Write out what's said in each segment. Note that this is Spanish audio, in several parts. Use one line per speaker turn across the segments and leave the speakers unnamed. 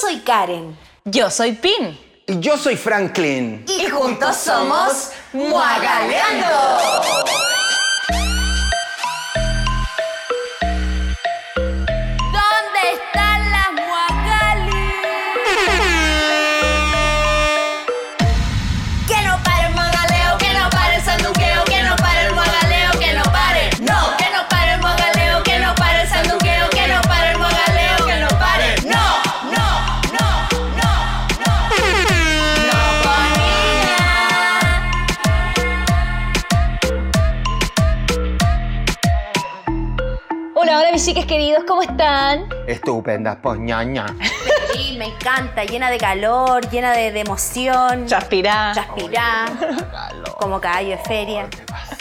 soy Karen.
Yo soy Pin.
Y yo soy Franklin.
Y juntos somos Muagaleando. ¿Dónde están las muagalis? Que no pare el magaleo, que no pare el sanduqueo, que no pare el magaleo, que no pare. No, que no pare el magaleo, que no pare el sanduqueo, que no pare el magaleo, que no pare. No, no, no, no, no. No, Bonilla.
Hola, hola mis chiques queridos, ¿cómo están?
Estupendas, pues ñaña.
Sí, me encanta, llena de calor, llena de, de emoción.
Chaspirá.
Transpirá,
Calor.
como caballo de feria.
¿Qué pasa?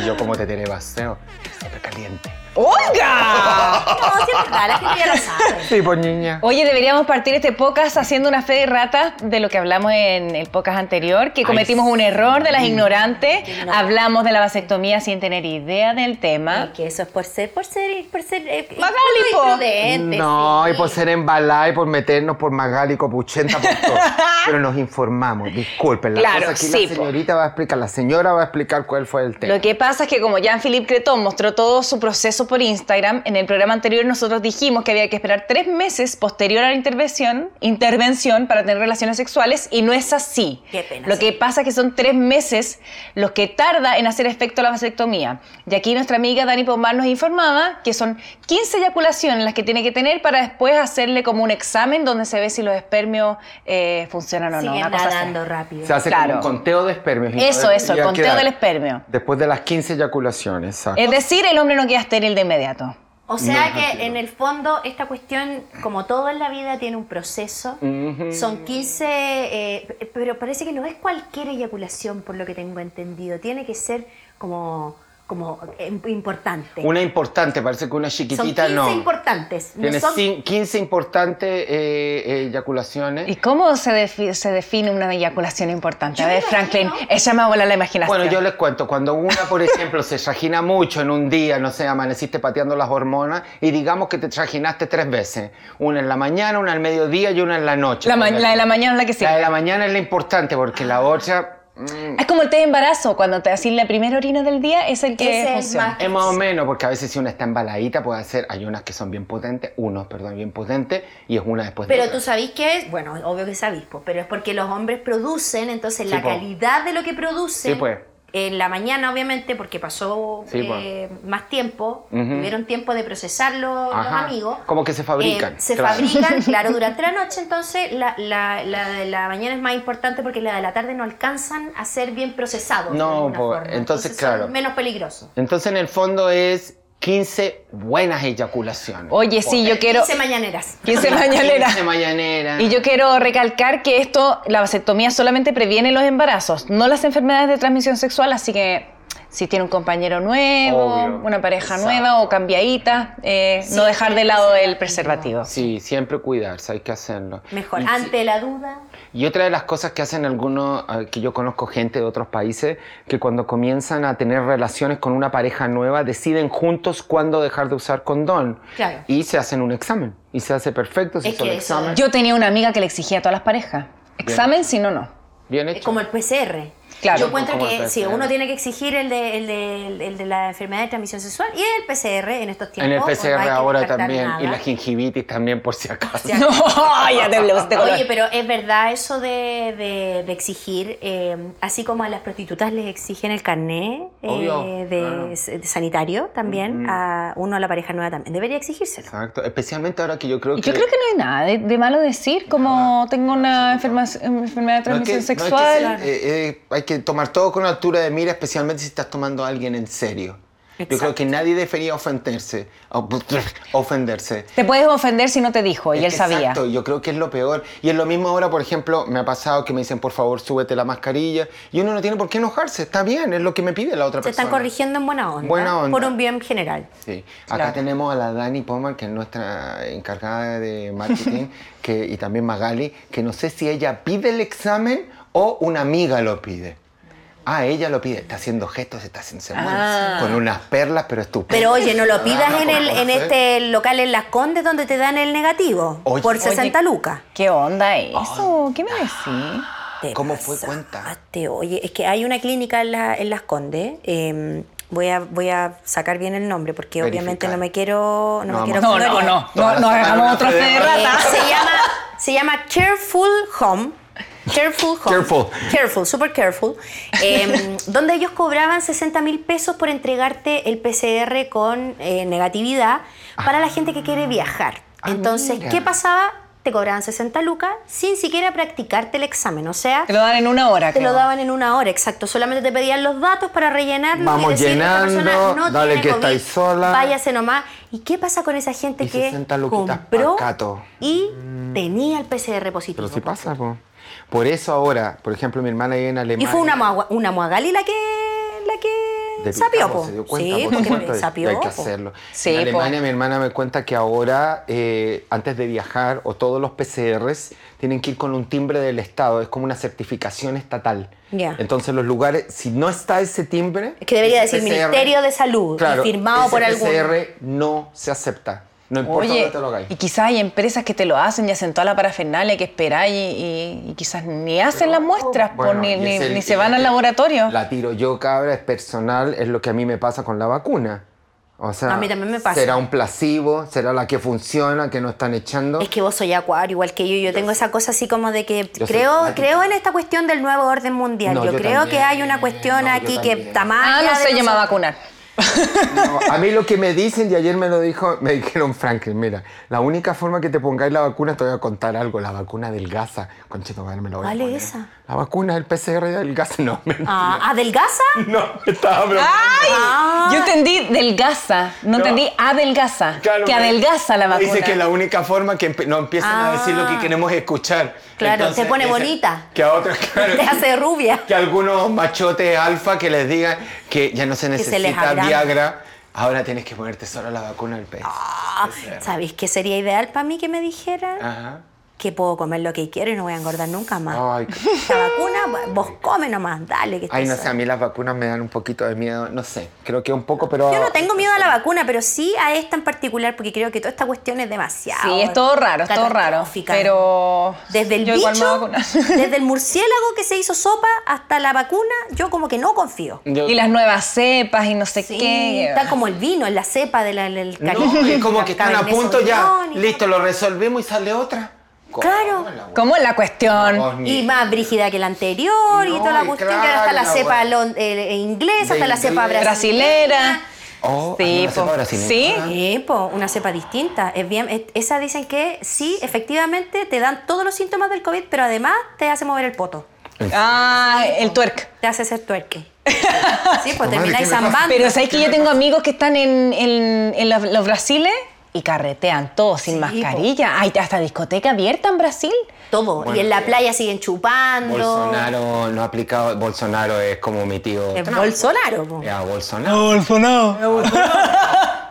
Y yo como te tiene paseo. Siempre caliente.
¡Oiga!
No, sí es verdad, la gente ya lo sabe.
Sí, pues niña.
Oye, deberíamos partir este podcast haciendo una fe de ratas de lo que hablamos en el podcast anterior, que
Ay,
cometimos un error de las ignorantes.
Qué ignorante.
Hablamos de la vasectomía sin tener idea del tema.
Ay, que eso es por ser, por ser, por ser. eh,
Magali,
por
po.
imprudente,
No,
sí.
y por ser embalada y por meternos por Magali, Copuchenta, por todo. Pero nos informamos, disculpen. La
Claro,
cosa aquí
sí,
la
po.
señorita va a explicar, la señora va a explicar cuál fue el tema.
Lo que pasa es que como Jean-Philippe Cretón mostró todo su proceso por Instagram, en el programa anterior nosotros dijimos que había que esperar tres meses posterior a la intervención, intervención para tener relaciones sexuales y no es así.
Qué pena,
Lo
sí.
que pasa es que son tres meses los que tarda en hacer efecto la vasectomía. Y aquí nuestra amiga Dani Pomar nos informaba que son 15 eyaculaciones las que tiene que tener para después hacerle como un examen donde se ve si los espermios eh, funcionan o no.
Siguen
una cosa así.
nadando rápido.
Se hace
Claro.
como un conteo de espermios. Y
Eso,
todo
eso, el
ya
conteo
queda
del espermio.
Después de las 15 eyaculaciones, exacto.
Es decir, el hombre no queda estéril de inmediato.
O sea
No,
que
rápido.
en el fondo esta cuestión, como todo en la vida, tiene un proceso. Son 15, eh, pero parece que no es cualquier eyaculación por lo que tengo entendido. Tiene que ser como, como eh, importante.
Este.
Una importante, parece que una
son
chiquitita
15
no.
importantes. no
Tiene
son-
cin- 15 importantes eh, eyaculaciones.
¿Y cómo se, defi- se define una eyaculación importante?
Yo
A
me
ver, Franklin,
imagino-
ella me va a volar la imaginación.
Bueno, yo les cuento, cuando una, por ejemplo, se trajina mucho en un día, no sé, amaneciste pateando las hormonas y digamos que te trajinaste tres veces, una en la mañana, una al mediodía y una en la noche.
la, ma- la de la mañana es la que sí.
La de la mañana es la importante porque la otra mm,
Es como el té de embarazo, cuando te haces la primera orina del día es el que
Ese es el
funciona.
más-
es más o menos porque a veces si una está embaladita puede hacer, hay unas que son bien potentes, unos, perdón, bien potentes y es una después de
Pero
otra.
tú sabís que es, bueno, obvio que sabís, po, pero es porque los hombres producen, entonces
Sí,
la
po.
calidad de lo que producen,
Sí, pues.
en la mañana obviamente, porque pasó
Sí, po.
eh, más tiempo,
Ujú.
tuvieron tiempo de procesarlo los
Ajá.
amigos.
Como que se fabrican,
Eh, se
claro.
fabrican, claro, durante la noche, entonces la, la- la de la mañana es más importante porque la de la tarde no alcanzan a ser bien procesados. de
No,
alguna
po,
forma.
entonces,
son
claro.
Menos peligroso.
Entonces en el fondo es 15 buenas eyaculaciones.
Oye, sí, yo quiero...
15 mañaneras.
15 mañanera.
15 mañaneras.
Y yo quiero recalcar que esto, la vasectomía solamente previene los embarazos, no las enfermedades de transmisión sexual, así que si tiene un compañero nuevo,
Obvio,
una pareja
exacto.
nueva o cambiadita, eh,
Sí,
no dejar de
el
lado el
preservativo.
preservativo.
Sí, siempre cuidarse, hay que hacerlo.
Mejor,
Y-
ante la duda.
Y otra de las cosas que hacen algunos, eh, que yo conozco gente de otros países, que cuando comienzan a tener relaciones con una pareja nueva, deciden juntos cuándo dejar de usar condón.
Claro.
Y se hacen un examen. Y se hace perfecto, se
Es
hizo el
que eso-
examen.
Yo tenía una amiga que le exigía a todas las parejas. Examen, si no, no.
Bien
Es
hecho.
como el PCR.
Claro.
Yo encuentro
Como el
que
PCR.
si uno tiene que exigir el de, el, de, el- el de la enfermedad de transmisión sexual y el PCR en estos
en
tiempos.
el
pues, no hay
PCR
que
ahora
descartar
también.
nada.
Y la gingivitis también, por si acaso.
Ya.
No, ya te bloqueaste con la-
Oye, pero es verdad eso de, de- de exigir, eh, así como a las prostitutas les exigen el carné eh,
Obvio,
de,
claro.
s- de sanitario también, a uno a la pareja nueva también. Debería exigírselo.
Exacto. Especialmente ahora que yo creo
Y
que...
Yo creo que no hay nada de, de malo decir, como tengo una enferma- enfermedad de
No
transmisión
es que- no es que
sexual.
sea- eh, eh, hay que tomar todo con altura de mira, especialmente si estás tomando a alguien en serio. Yo creo
Exacto.
que nadie debería ofenderse. o- Ofenderse.
Te puedes ofender si no te dijo, y él
Es que
sabía.
Exacto, yo creo que es lo peor. Y es lo mismo ahora, por ejemplo, me ha pasado que me dicen, por favor, súbete la mascarilla. Y uno no tiene por qué enojarse, está bien, es lo que me pide la otra
Se
persona.
están corrigiendo en buena onda,
Buena onda.
por un bien general.
Sí. Acá
Claro.
tenemos a la Dani Pomar, que es nuestra encargada de marketing, que, y también Magali, que no sé si ella pide el examen o una amiga lo pide. Ah, ella lo pide, está haciendo gestos, está haciendo se mueve,
Ah.
con unas perlas, pero estupendo. Ah,
Pero oye, no lo
Ciudadana
pidas en,
como
el, en
usted.
este local en Las Condes donde te dan el negativo
¿eh? Oye.
por
Oye.
60 lucas.
¿Qué onda eso? ¿Qué me decís?
Te
¿Cómo fue?
pasaste.
Cuenta.
Oye, es que hay una clínica en, la- en Las Condes. eh, voy, a, voy a sacar bien el nombre porque obviamente
Verificar.
no me quiero. No, me
No,
quiero
No, no,
florear.
no. No,
Todas
no
las
hagamos
semanas
otro
una
fe de
fe de
Eh,
rata.
se, llama, se llama Careful Home. Careful Home.
Careful.
Careful, super careful. Eh, donde ellos cobraban 60 mil pesos por entregarte el PCR con eh, negatividad para la gente que quiere viajar.
Ah,
Entonces,
mira.
¿qué pasaba? Te cobraban 60 lucas sin siquiera practicarte el examen. O sea,
Te lo dan en una hora,
te lo
creo.
daban en una hora, exacto. Solamente te pedían los datos para rellenarlos.
Vamos
y decir, esta persona
llenando,
no
dale
tiene
que
COVID,
estáis sola.
Váyase nomás. ¿Y qué pasa con esa gente
Y
que
60 luquitas pa'
compró
Cato.
y tenía el PCR positivo?
Pero sí pasa, po. Por eso ahora, por ejemplo, mi hermana vive en
Y
Alemania.
fue una, mua- una muagali la que... La que
de
sapió,
Pitágoras,
po.
se dio cuenta,
sí,
po, se
porque
cuenta de-
sapió,
y hay que
po.
hacerlo.
Sí,
en
po.
Alemania mi hermana me cuenta que ahora, eh, antes de viajar, o todos los PCRs tienen que ir con un timbre del Estado, es como una certificación estatal.
Ya.
Entonces los lugares, si no está ese timbre...
Es que debería
ese
decir Ministerio de Salud, y
claro,
firmado
ese
por algún-
PCR no se acepta, no importa
Oye,
dónde te lo hagáis.
y quizás hay empresas que te lo hacen y hacen toda la parafernalia que esperáis y, y- y quizás ni hacen las muestras, po,
Bueno,
Pues ni,
y
ni-
es el-
ni se van al laboratorio.
La tiro yo, cabra, es personal, es lo que a mí me pasa con la vacuna. O sea,
A mí también me pasa.
será un placebo, será la que funciona, que no están echando.
Es que vos soy acuario, igual que yo. Yo tengo esa cosa así como de que
Yo soy
creo,
acuario.
creo en esta cuestión del nuevo orden mundial.
No,
yo,
yo
creo que
también.
hay una cuestión
No, yo
aquí que
también.
está más
Ah,
allá
no
de
se llama
nosotros.
vacunar.
No, a mí lo que me dicen, y ayer me lo dijo, me dijeron, Franklin, mira, la única forma que te pongáis la vacuna, te voy a contar algo, la vacuna del Gaza. Conchito, madre, me lo voy a
¿Cuál es
poner.
esa?
La vacuna del PCR del Gaza, no, mentira.
Ah, ¿Adelgaza?
No, estaba bromeando.
¡Ay!
Ah.
Yo entendí delgaza, no, entendí adelgaza,
Claro,
que
me-
adelgaza la
me
vacuna.
Dice que la única forma que empe- no empiecen a decir lo
Ah.
que queremos escuchar.
Claro, te pone
dice
bonita.
Que a otros, claro,
Te hace rubia.
que algunos machotes alfa que les digan que ya no se
se les
necesita
agranda.
Viagra, ahora tienes que ponerte solo la vacuna del pez.
Ah, ¿Sabéis qué sería ideal para mí que me dijera?
Ajá.
Que puedo comer lo que quiero y no voy a engordar nunca más.
Ay,
Esta vacuna, vos come nomás, dale. Que
ay, no
estás-
sé, a mí las vacunas me dan un poquito de miedo, no sé, creo que un poco, pero...
Yo no tengo miedo a la vacuna, pero sí a esta en particular, porque creo que toda esta cuestión es demasiado.
Sí, es todo raro, es todo raro.
catastrófica.
Pero
Desde el
yo igual me voy a
bicho,
vacunar.
desde el murciélago que se hizo sopa hasta la vacuna, yo como que no confío.
Yo-
Y las nuevas cepas y no sé
Sí,
qué.
está como el vino en la cepa del del
No, es como que están a
Cabernet
punto ya,
Sauvignon y-
listo, lo resolvimos y sale otra.
Claro.
¿Cómo es la cuestión?
Y más brígida que la anterior y
No,
toda la
y
cuestión que ahora está la
claro,
cepa
bueno.
lon- eh, inglesa,
De
está la cepa
inglés.
Brasilera.
Oh,
Sí,
hay una cepa
po.
brasileña.
Sí.
Sí, po, una cepa distinta. Es bien, es- esa dicen que sí, efectivamente te dan todos los síntomas del COVID, pero además te hace mover el poto.
Ah, el twerk.
Te hace ser tuerque. Sí, pues
Comadre,
termináis
¿qué me pasa?
zambando.
Pero ¿sabes que yo tengo amigos que están en, en- en los, los Brasiles? Y carretean todos sin
Sí,
mascarilla. Hay hasta discoteca abierta en Brasil.
Todo.
Bueno,
y en la
que-
playa siguen chupando.
Bolsonaro no ha aplicado, Bolsonaro es como mi tío.
Es
Trump.
Eh, Bolsonaro. po.
Ya, Bolsonaro.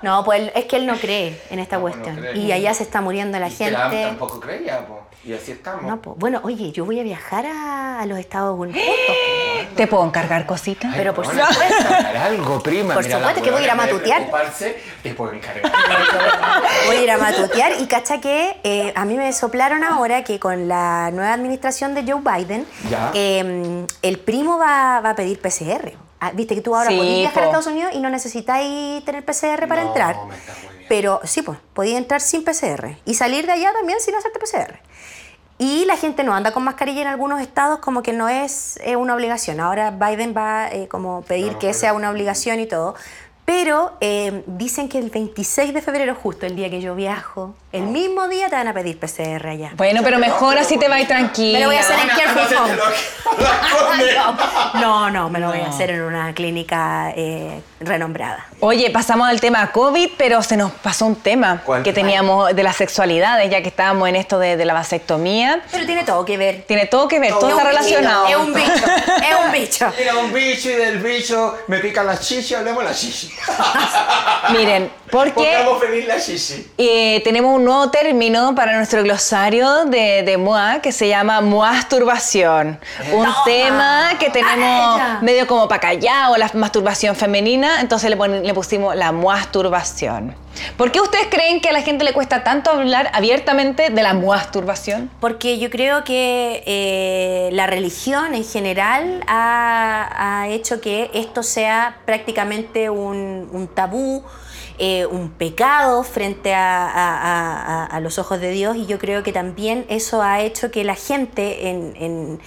No, pues él- es que él no cree en esta cuestión.
cree.
y allá se está muriendo la
Y
gente.
Trump tampoco creía, po. y así estamos.
No, po. Bueno, oye, yo voy a viajar a, a los Estados Unidos. po.
¿Te puedo encargar cositas?
Pero por
Bueno,
supuesto.
hay que sacar algo, prima.
Por
Mira, la
supuesto que voy a ir a
huevona en vez de
matutear.
preocuparse, te puedo encargar.
Voy a ir a matutear y cacha que eh, a mí me soplaron ahora que con la nueva administración de Joe Biden,
Ya.
eh, el primo va, va a pedir PCR. Ah, Viste que tú ahora
Sí,
podías viajar a
po.
Estados Unidos y no necesitáis tener PCR para
No,
entrar.
me estás hueviando.
Pero sí, pues, podías entrar sin PCR y salir de allá también sin hacerte PCR. Y la gente no anda con mascarilla en algunos estados como que no es eh, una obligación. Ahora Biden va eh, como pedir
Claro,
que
claro.
sea una obligación y todo. Pero eh, dicen que el 26 de febrero, justo el día que yo viajo, el mismo día te van a pedir PCR allá.
Bueno, pero mejor así te vais tranquila.
Me lo voy a hacer en Careful Home.
Home.
No, no, me lo voy a hacer en una clínica eh, renombrada.
Oye, pasamos al tema COVID, pero se nos pasó un tema
¿Cuál?
que teníamos de las sexualidades, ya que estábamos en esto de, de la vasectomía.
Pero tiene todo que ver.
Tiene todo que ver, todo,
Es
está
un
relacionado.
bicho, Es un bicho, es un bicho.
Era un bicho y del bicho me pica la chicha, hablemos la chicha.
Miren, porque
Pongamos feliz la shishi.
eh, tenemos un nuevo término para nuestro glosario de, de MOA que se llama masturbación. Un tema que tenemos
Ah, ella.
medio como para callar o la masturbación femenina, entonces le, pon- le pusimos la masturbación. ¿Por qué ustedes creen que a la gente le cuesta tanto hablar abiertamente de la masturbación?
Porque yo creo que eh, la religión en general ha, ha hecho que esto sea prácticamente un, un tabú, eh, un pecado frente a, a- a- a- a los ojos de Dios y yo creo que también eso ha hecho que la gente en, en-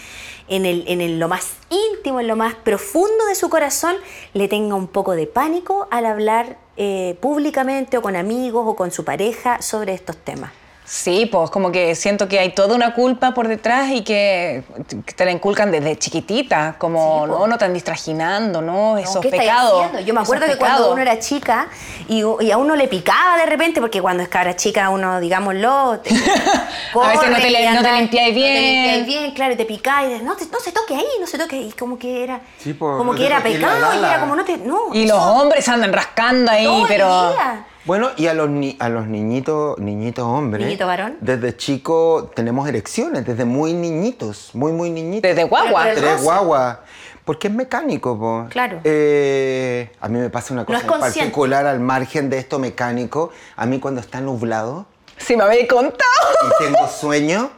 en el- en el- lo más íntimo, en lo más profundo de su corazón, le tenga un poco de pánico al hablar eh, públicamente o con amigos o con su pareja sobre estos temas.
Sí, pues como que siento que hay toda una culpa por detrás y que te la inculcan desde chiquitita, como
Sí, po.
no, no te andan distrajinando, no, esos
¿qué estáis
pecados.
haciendo? Yo me
esos
acuerdo que
pecados.
cuando uno era chica y, y a uno le picaba de repente, porque cuando es cabra chica uno, digámoslo, te-
A veces no te
corre
le-
y
no te
andas-
limpiáis
No te
bien.
limpiáis bien, claro, y te picaba y dices, no, te- no se toque ahí, no se toque ahí. Como que era,
Sí, po,
como
no
que
te
era
toques la
pecado y
lala.
era como no te. No,
Y los hombres andan rascando ahí, pero...
Bueno, y a los, ni- a los niñitos, niñitos hombres.
Niñito varón.
Desde chico tenemos erecciones, desde muy niñitos, muy, muy niñitos.
Desde guagua.
Pero- pero-
Tres
roce.
guaguas. Porque es mecánico, po.
Claro.
Eh, a mí me pasa una cosa
es
en
consciente.
particular al margen de esto mecánico. A mí cuando está nublado
Si me habéis contado.
y tengo sueño,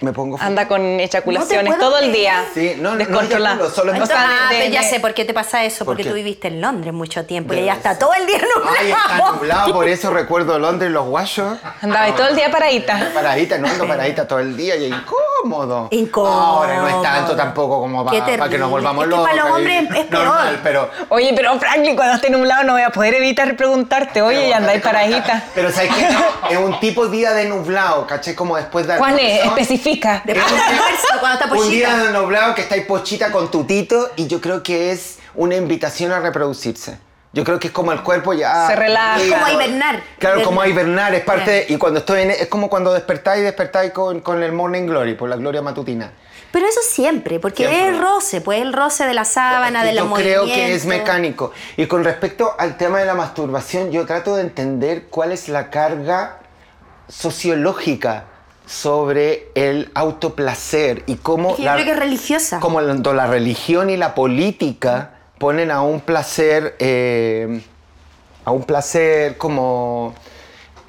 me pongo
Anda con
No
eyaculaciones
te puedo
todo el
creer.
día.
Sí, no, no, no
Descontrolada.
eyaculo, solo me-
O sea,
ah,
de- de-
pero ya
de-
sé por qué te pasa eso,
¿Por
porque
qué?
tú viviste en Londres mucho tiempo y
Debe
ya está
ser.
todo el día nublado.
Ay, está nublado, por eso recuerdo Londres, los guayos.
Andabais todo el día paradita.
Paradita, no ando paradita todo el día y es incómodo.
Incómodo.
Ahora no es tanto tampoco como
Qué
para que
terrible.
nos volvamos
Es que
locos.
para los hombres
y-
es peor.
Normal, pero.
Oye, pero Franklin, cuando esté nublado no voy a poder evitar preguntarte. Oye, y andáis paradita.
Pero ¿sabes qué? No, es un tipo de día de nublado, ¿caché? Como después de...
¿Cuál es?
almorzar.
Especifica.
Después del almuerzo, cuando está
Un día
pollita.
de nublado que estáis pochita con tutito y yo creo que es una invitación a reproducirse. Yo creo que es como el cuerpo ya...
Se relaja.
Claro.
Como a hibernar.
Claro, como a
Hibernar.
hibernar, es parte... de- y cuando estoy en... Es como cuando despertáis, despertáis con, con el morning glory, por la gloria matutina.
Pero eso siempre, porque
Siempre.
es roce, pues el roce de la sábana, de los
yo creo que es
movimientos.
mecánico. Y con respecto al tema de la masturbación, yo trato de entender cuál es la carga sociológica sobre el autoplacer y cómo
Es que yo creo que es religiosa.
como la, la religión y la política ponen a un placer eh, a un placer como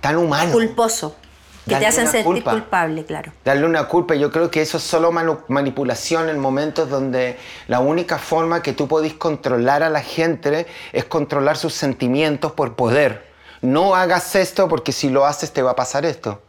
tan humano
Culposo. Que
Dale
te hacen
una
sentir
culpa.
culpable, claro.
darle una culpa. Yo creo que eso es solo manu- manipulación en momentos donde la única forma que tú podís controlar a la gente es controlar sus sentimientos por poder. No hagas esto porque si lo haces te va a pasar esto.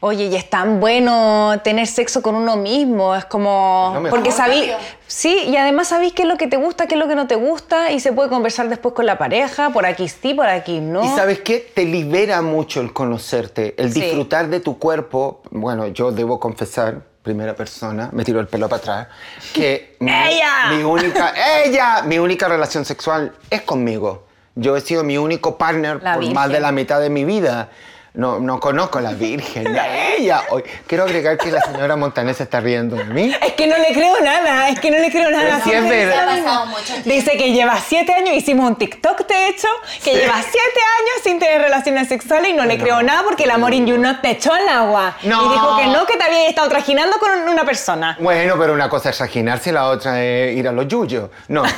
Oye, y es tan bueno tener sexo con uno mismo, es como...
Lo mejor.
Porque sabí...
Obvio.
Sí, y además sabís qué es lo que te gusta, qué es lo que no te gusta, y se puede conversar después con la pareja, por aquí sí, por aquí no.
Y sabes qué, te libera mucho el conocerte, el
Sí.
disfrutar de tu cuerpo. Bueno, yo debo confesar, primera persona, me tiro el pelo para atrás, que mi,
¡Ella!
mi única, ella, mi única relación sexual es conmigo. Yo he sido mi único partner
La
por
virgen.
más de la mitad de mi vida. No, no conozco a la Virgen, a ella. Hoy- quiero agregar que la señora Montanés se está riendo de mí.
Es que no le creo nada, es que no le creo nada.
Pero sí es
Siempre dice
verdad.
lo mismo.
Ha pasado mucho tiempo.
Dice que lleva siete años, hicimos un TikTok de hecho, que lleva siete años sin tener relaciones sexuales y no le creo nada porque el amor in you no te echó al agua.
No.
Y dijo que no, que te había estado trajinando con una persona.
Bueno, pero una cosa es trajinarse y la otra es ir a los yuyos. No. me-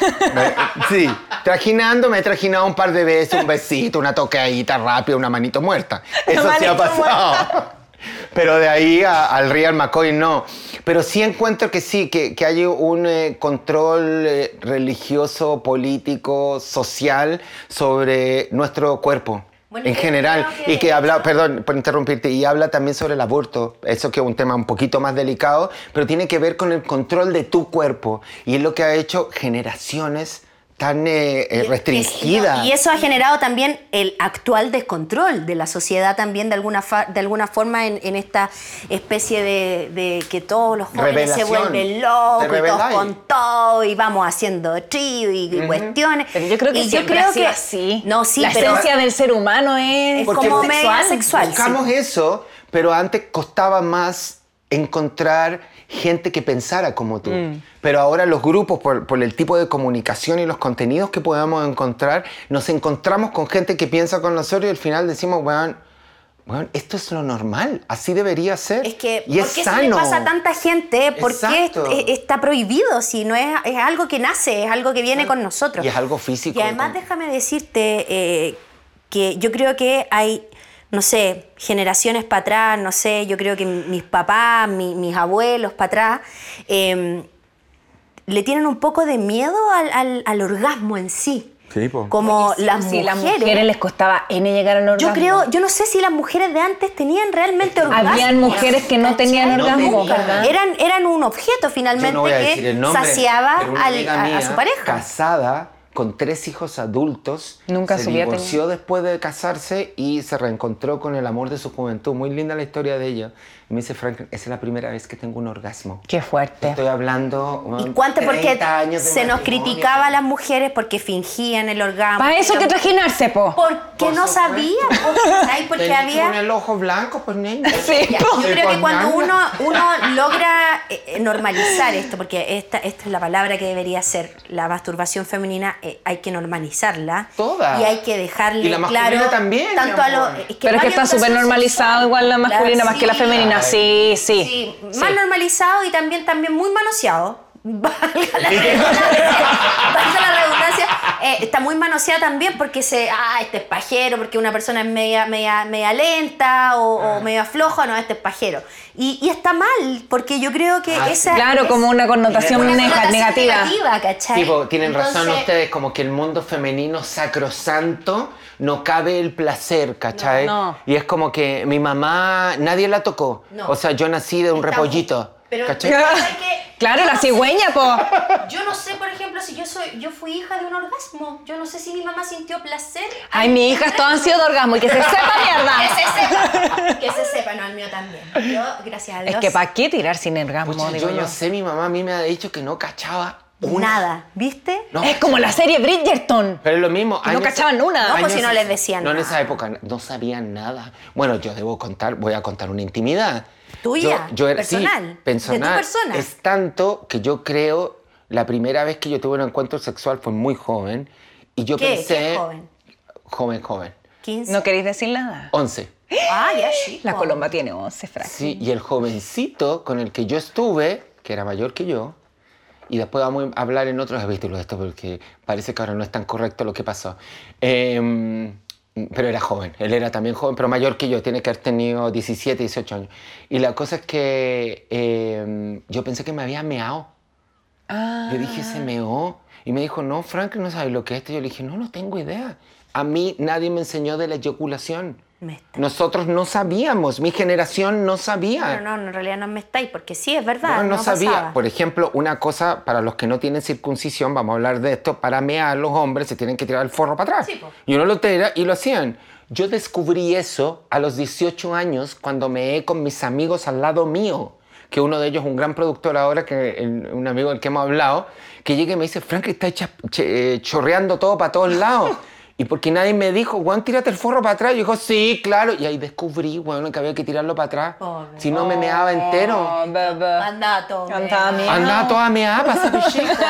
sí. Trajinando me he trajinado un par de veces, un besito, una toqueadita rápida, una manito muerta. Eso sí
manito
ha pasado. Pero de ahí a- al Real McCoy no. Pero sí encuentro que sí, que, que hay un eh, control eh, religioso, político, social sobre nuestro cuerpo.
Bueno,
en
yo
general,
creo que-
y que habla, perdón por interrumpirte, y habla también sobre el aborto, eso que es un tema un poquito más delicado, pero tiene que ver con el control de tu cuerpo, y es lo que ha hecho generaciones tan eh, eh, restringidas.
Y eso ha generado también el actual descontrol de la sociedad también de alguna, fa- de alguna forma en, en esta especie de, de que todos los jóvenes se
Revelación.
vuelven locos,
Te
y todos
rebeláis.
con todo y vamos haciendo trío y, y cuestiones.
Pero yo creo que
Y
siempre
creo
ha sido
que-
así.
No, sí,
la
pero
esencia del ser humano es
Es como media sexual. sí.
Buscamos eso, pero antes costaba más encontrar gente que pensara como tú.
Mm.
Pero ahora los grupos, por, por el tipo de comunicación y los contenidos que podemos encontrar, nos encontramos con gente que piensa con nosotros y al final decimos, weón, weón, esto es lo normal, así debería ser.
Es que,
y
¿por
es
qué
sano.
se le pasa a tanta gente? ¿Por qué
Exacto.
es- es- está prohibido si no es, es algo que nace, es algo que viene con nosotros?
Y es algo físico.
Y además déjame decirte eh, que yo creo que hay, no sé, generaciones para atrás, no sé, yo creo que mi- mis papás, mi- mis abuelos para atrás, eh, le tienen un poco de miedo al, al- al orgasmo en sí.
Sí, po.
Como las
Sí,
mujeres.
las mujeres les costaba N llegar al orgasmo.
Yo creo, yo no sé si las mujeres de antes tenían realmente orgasmo.
Habían mujeres que no tenían
No
orgasmo,
tenían.
¿verdad?
Eran, eran un objeto finalmente
Yo no voy a decir
que
el nombre,
saciaba
pero una
al-
amiga
a, a
mía,
su pareja.
Casada, con tres hijos adultos.
Nunca
se
se hubiera
divorció después de casarse y se reencontró con el amor de su juventud. Muy linda la historia de ella. Y me dice, Frank, esa es la primera vez que tengo un orgasmo.
Qué fuerte.
Estoy hablando.
¿Y
um,
cuánto? Porque
30 años de
se nos
matrimonio.
criticaba a las mujeres porque fingían el orgasmo.
Para eso
Pero
que trajinarse, po.
Porque
Por
no
supuesto.
sabían, po, ¿sabes? porque
Tenés con
había...
el ojo blanco, pues niña.
Sí,
Ya,
po.
Yo creo que
con
cuando uno,
nada.
uno logra eh, eh, normalizar esto, porque esta, esta es la palabra que debería ser, la masturbación femenina, eh, hay que normalizarla.
Toda.
Y hay que dejarle
Y la masculina
claro,
también, mi
Tanto a los...
amor.
Pero es que
varios
está
casos
súper normalizado
sexuales,
igual la
claro,
masculina más que la
sí.
femenina. Sí, sí.
Sí, más normalizado y también, también muy manoseado. Valga la redundancia. valga la redundancia. Eh, está muy manoseada también porque se. Ah, este es pajero, porque una persona es media, media, media lenta o,
Ah.
o media floja, no, este es pajero. Y, y está mal, porque yo creo que
Ah,
esa.
Claro,
es
como una connotación
una
nega-
connotación
negativa.
¿cachai?
Tipo,
pues,
tienen razón
Entonces,
ustedes, como que el mundo femenino sacrosanto no cabe el placer, ¿cachai?
No, no.
Y es como que mi mamá, nadie la tocó.
No.
O sea, yo nací de un
Está-
repollito.
pero-
¿cachai?
pero hay que-
Claro, la cigüeña, po.
Yo no sé, por ejemplo, si yo soy, yo fui hija de un orgasmo. Yo no sé si mi mamá sintió placer. al
Ay, mi hija, todas han sido de orgasmo y que se sepa
Que
mierda.
se sepa. Que se sepa, no, el mío también. Yo, gracias a Dios.
Es que ¿para qué tirar sin orgasmo?
Pucha,
digo
yo
yo?
no sé, mi mamá a mí me ha dicho que no cachaba una.
Nada, ¿viste?
No,
Es como la serie Bridgerton.
Pero es lo mismo.
Que no cachaban una.
No, pues
años-
si no les decían
No, en
nada.
esa época no sabían nada. Bueno, yo debo contar, voy a contar una intimidad.
¿Tuya?
sí,
¿Personal? ¿De tu
personal.
persona?
Es tanto que yo creo, la primera vez que yo tuve un encuentro sexual fue muy joven. Y yo
¿Qué?
pensé...
¿Qué joven?
Joven, joven.
15.
No queréis decir nada.
11.
Ah, ya, chico.
La Colomba tiene 11, Frank.
Sí, y el jovencito con el que yo estuve, que era mayor que yo, y después vamos a hablar en otros capítulos de esto porque parece que ahora no es tan correcto lo que pasó. Eh, pero era joven, él era también joven, pero mayor que yo, tiene que haber tenido 17, 18 años. Y la cosa es que eh, yo pensé que me había meado.
Ah,
Yo dije, se meó. Y me dijo, no, Frank, no sabes lo que es esto. Yo le dije, no, no tengo idea. A mí nadie me enseñó de la eyaculación.
Me está-
Nosotros no sabíamos, mi generación no
No,
sabía.
no, no, en realidad no me estáis, porque sí, es
No,
verdad.
no sabía.
pasaba.
Por ejemplo, una cosa para los que no tienen circuncisión, vamos a hablar de esto, para mear los hombres se tienen que tirar el forro para atrás.
Sí, po.
y uno lo tira y lo hacían. Yo descubrí eso a los 18 años cuando meé con mis amigos al lado mío, que uno de ellos es un gran productor ahora, que el- un amigo del que hemos hablado, que llega y me dice, Frank, está echa- che- eh, chorreando todo para todos lados. Y porque nadie me dijo, Juan, tírate el forro para atrás. Y dijo, sí, claro. Y ahí descubrí, bueno, que había que tirarlo para atrás.
Pobre.
Si no, me meaba entero.
Oh, bebé.
Andaba todo. meado.
Andaba meado.
Andaba toda meada para ser bichito.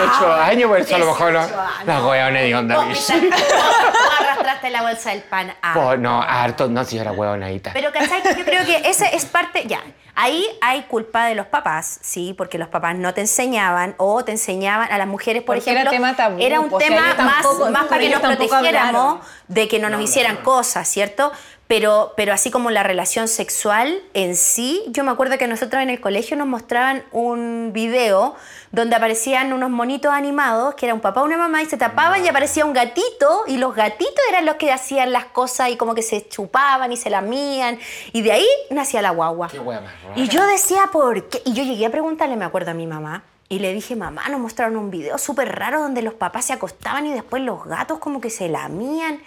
18 años, por eso pues, a lo mejor no.
18 años.
La hueona de onda,
ah, Vos
bichito.
pisaste- vos arrastraste la bolsa del pan. Ah,
Oh, no, harto, no, si yo era hueonadita.
Pero, ¿cachai? Que Yo creo que esa es parte, ya, ahí hay culpa de los papás, sí, porque los papás no te enseñaban o te enseñaban a las mujeres, por
Porque era
ejemplo.
tema tabú,
era un
pues,
tema
ellos
más,
tampoco-
más para que
ellos
nos
tampoco
protegiéramos
hablaron.
de que no nos hicieran cosas, ¿cierto? Pero, pero así como la relación sexual en sí, yo me acuerdo que nosotros en el colegio nos mostraban un video donde aparecían unos monitos animados, que era un papá, una mamá, y se tapaban y
Ah.
aparecía un gatito, y los gatitos eran los que hacían las cosas y como que se chupaban y se lamían, y de ahí nacía la guagua.
Qué hueá más rara.
Y yo decía, ¿por qué? Y yo llegué a preguntarle, me acuerdo a mi mamá, y le dije, mamá, nos mostraron un video súper raro donde los papás se acostaban y después los gatos como que se lamían.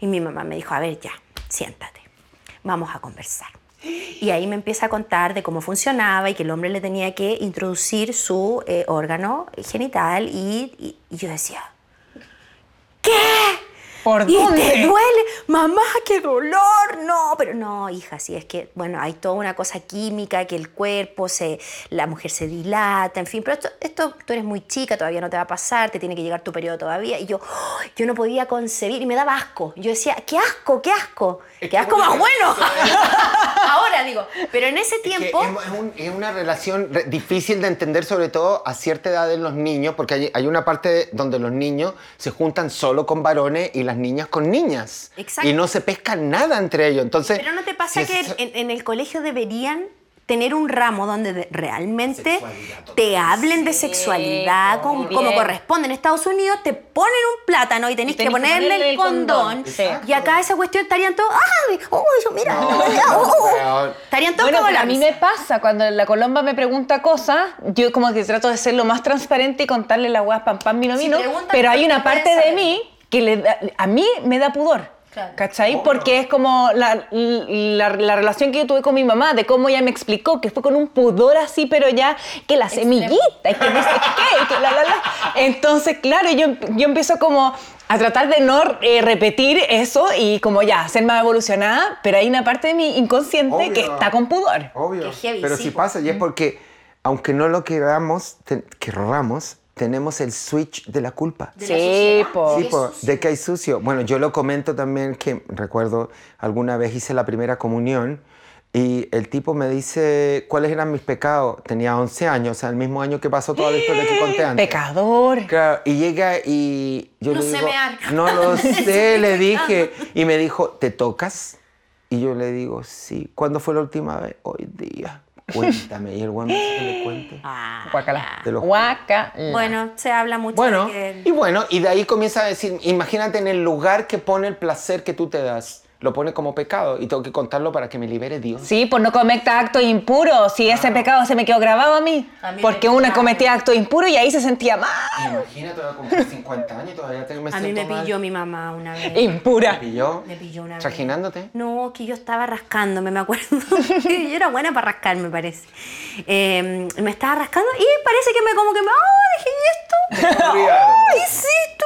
Y mi mamá me dijo, a ver, ya, siéntate, vamos a conversar. Y ahí me empieza a contar de cómo funcionaba y que el hombre le tenía que introducir su eh, órgano genital y, y- y yo decía, ¿qué?
¿Por
y este
dónde?
te duele, mamá, qué dolor, no, pero no, hija, sí, es que, bueno, hay toda una cosa química, que el cuerpo, se, la mujer se dilata, en fin, pero esto, esto tú eres muy chica, todavía no te va a pasar, te tiene que llegar tu periodo todavía, y yo, ¡oh! yo no podía concebir, y me daba asco, yo decía, qué asco, qué asco, qué asco más bueno, ahora digo, pero en ese
Que
tiempo...
es, es un- es una relación re- difícil de entender, sobre todo a cierta edad en los niños, porque hay, hay una parte donde los niños se juntan solo con varones y las niñas con niñas.
Exacto.
Y no se pesca nada entre ellos. Entonces,
Pero no te pasa
si
que
es-
en, en el colegio deberían tener un ramo donde de- realmente
Sexualidad, total.
te hablen de sexualidad
muy
con-
bien.
como corresponde. En Estados Unidos te ponen un plátano y tenés,
Y tenés
que ponerle el condón.
Sí.
Y acá esa cuestión estarían todos, ¡ay! ¡Oh, yo mira!
No,
oh,
no,
oh, oh".
weón.
Estarían todos
Bueno,
como
pero
la
a mí
misa.
me pasa, cuando la Colomba me pregunta cosas, yo como que trato de ser lo más transparente y contarle la weá pam pam vino
Si
vino,
preguntan,
pero hay
¿por qué
una parte
pueden
de
saber?
mí que le da- a mí me da pudor.
Claro.
¿Cachai? Porque es como la, la- la relación que yo tuve con mi mamá, de cómo ella me explicó, que fue con un pudor así, pero ya que la semillita, y que no sé qué, y que la, la, la. Entonces, claro, yo, yo empiezo como a tratar de no eh, repetir eso y como ya, ser más evolucionada, pero hay una parte de mi inconsciente
Obvio.
que está con pudor.
Obvio.
Qué heavy,
Pero
sí,
si
po. Mm.
pasa, y es porque, aunque no lo queramos, te- querramos, tenemos el switch de la culpa.
De la
Sí,
sociedad.
po.
Sí,
Qué
po,
sucio.
de que hay sucio. Bueno, yo lo comento también que recuerdo alguna vez hice la primera comunión y el tipo me dice cuáles eran mis pecados. Tenía 11 años, o sea, el mismo año que pasó toda la historia que conté antes.
Pecador.
Claro, y llega y yo
No
le
sé
digo,
mear.
no lo sé,
Sí,
le
pecado.
dije. Y me dijo, ¿te tocas? Y yo le digo, sí. ¿Cuándo fue la última vez? Hoy día. Cuéntame. Y el güey me dice que le cuente.
Ah.
Guacala.
Te lo juro.
Guacala.
Bueno, se habla mucho
Bueno,
de que-
y bueno, y de ahí comienza a decir, imagínate en el lugar que pone el placer que tú te das, lo pone como pecado y tengo que contarlo para que me libere Dios.
Sí, por no cometer actos impuros. Si ese pecado se me quedó grabado a mí.
A mí me
porque una
claro.
cometía actos impuros y ahí se sentía mal.
Imagínate, ahora como 50 años todavía te, me
a mí me
siento mal.
pilló mi mamá una vez.
Impura.
Me pilló.
Me pilló una vez.
Trajinándote.
No, que yo estaba rascándome, me acuerdo. yo era buena para rascar, me parece. Eh, me estaba rascando y parece que me como que me... ¡Oh, dejé esto! ¡Ay, sí! Tú.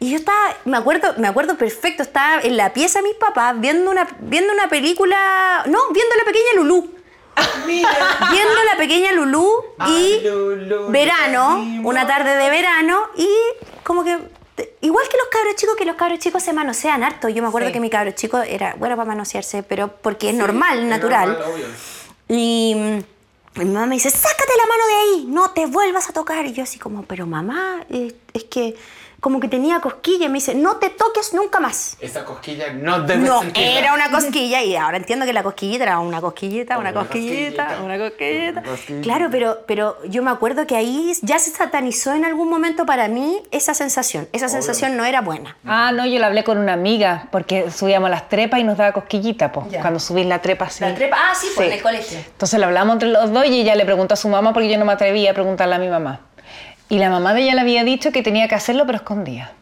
Y yo estaba, me acuerdo, me acuerdo perfecto, estaba en la pieza de mis papás viendo una, viendo una película... No, viendo La Pequeña Lulú. viendo La Pequeña Lulú y
Ay, Lulú,
verano,
Lulú.
una tarde de verano y como que... te- Igual que los cabros chicos, que los cabros chicos se manosean harto. Yo me acuerdo
Sí.
que mi cabro chico era bueno para manosearse, pero porque es normal, natural. Y mm, mi mamá me dice, sácate la mano de ahí, no te vuelvas a tocar. Y yo así como, pero mamá, eh, es que como que tenía cosquilla. Y me dice, no te toques nunca más.
Esa cosquilla no debe
No,
sentirla.
era una cosquilla y ahora entiendo que la cosquillita era una cosquillita, una
Una
cosquillita,
cosquillita,
una cosquillita.
una cosquillita.
Claro, pero, pero yo me acuerdo que ahí ya se satanizó en algún momento para mí esa sensación. Esa sensación no era buena.
Ah, no, yo la hablé con una amiga porque subíamos las trepas y nos daba cosquillita, po,
Ya.
cuando subís la trepa así.
ah, sí,
pues, en el
colegio.
Entonces lo hablamos entre los dos y ella le preguntó a su mamá porque yo no me atrevía a preguntarle a mi mamá. Y la mamá de ella le había dicho que tenía que hacerlo pero escondía.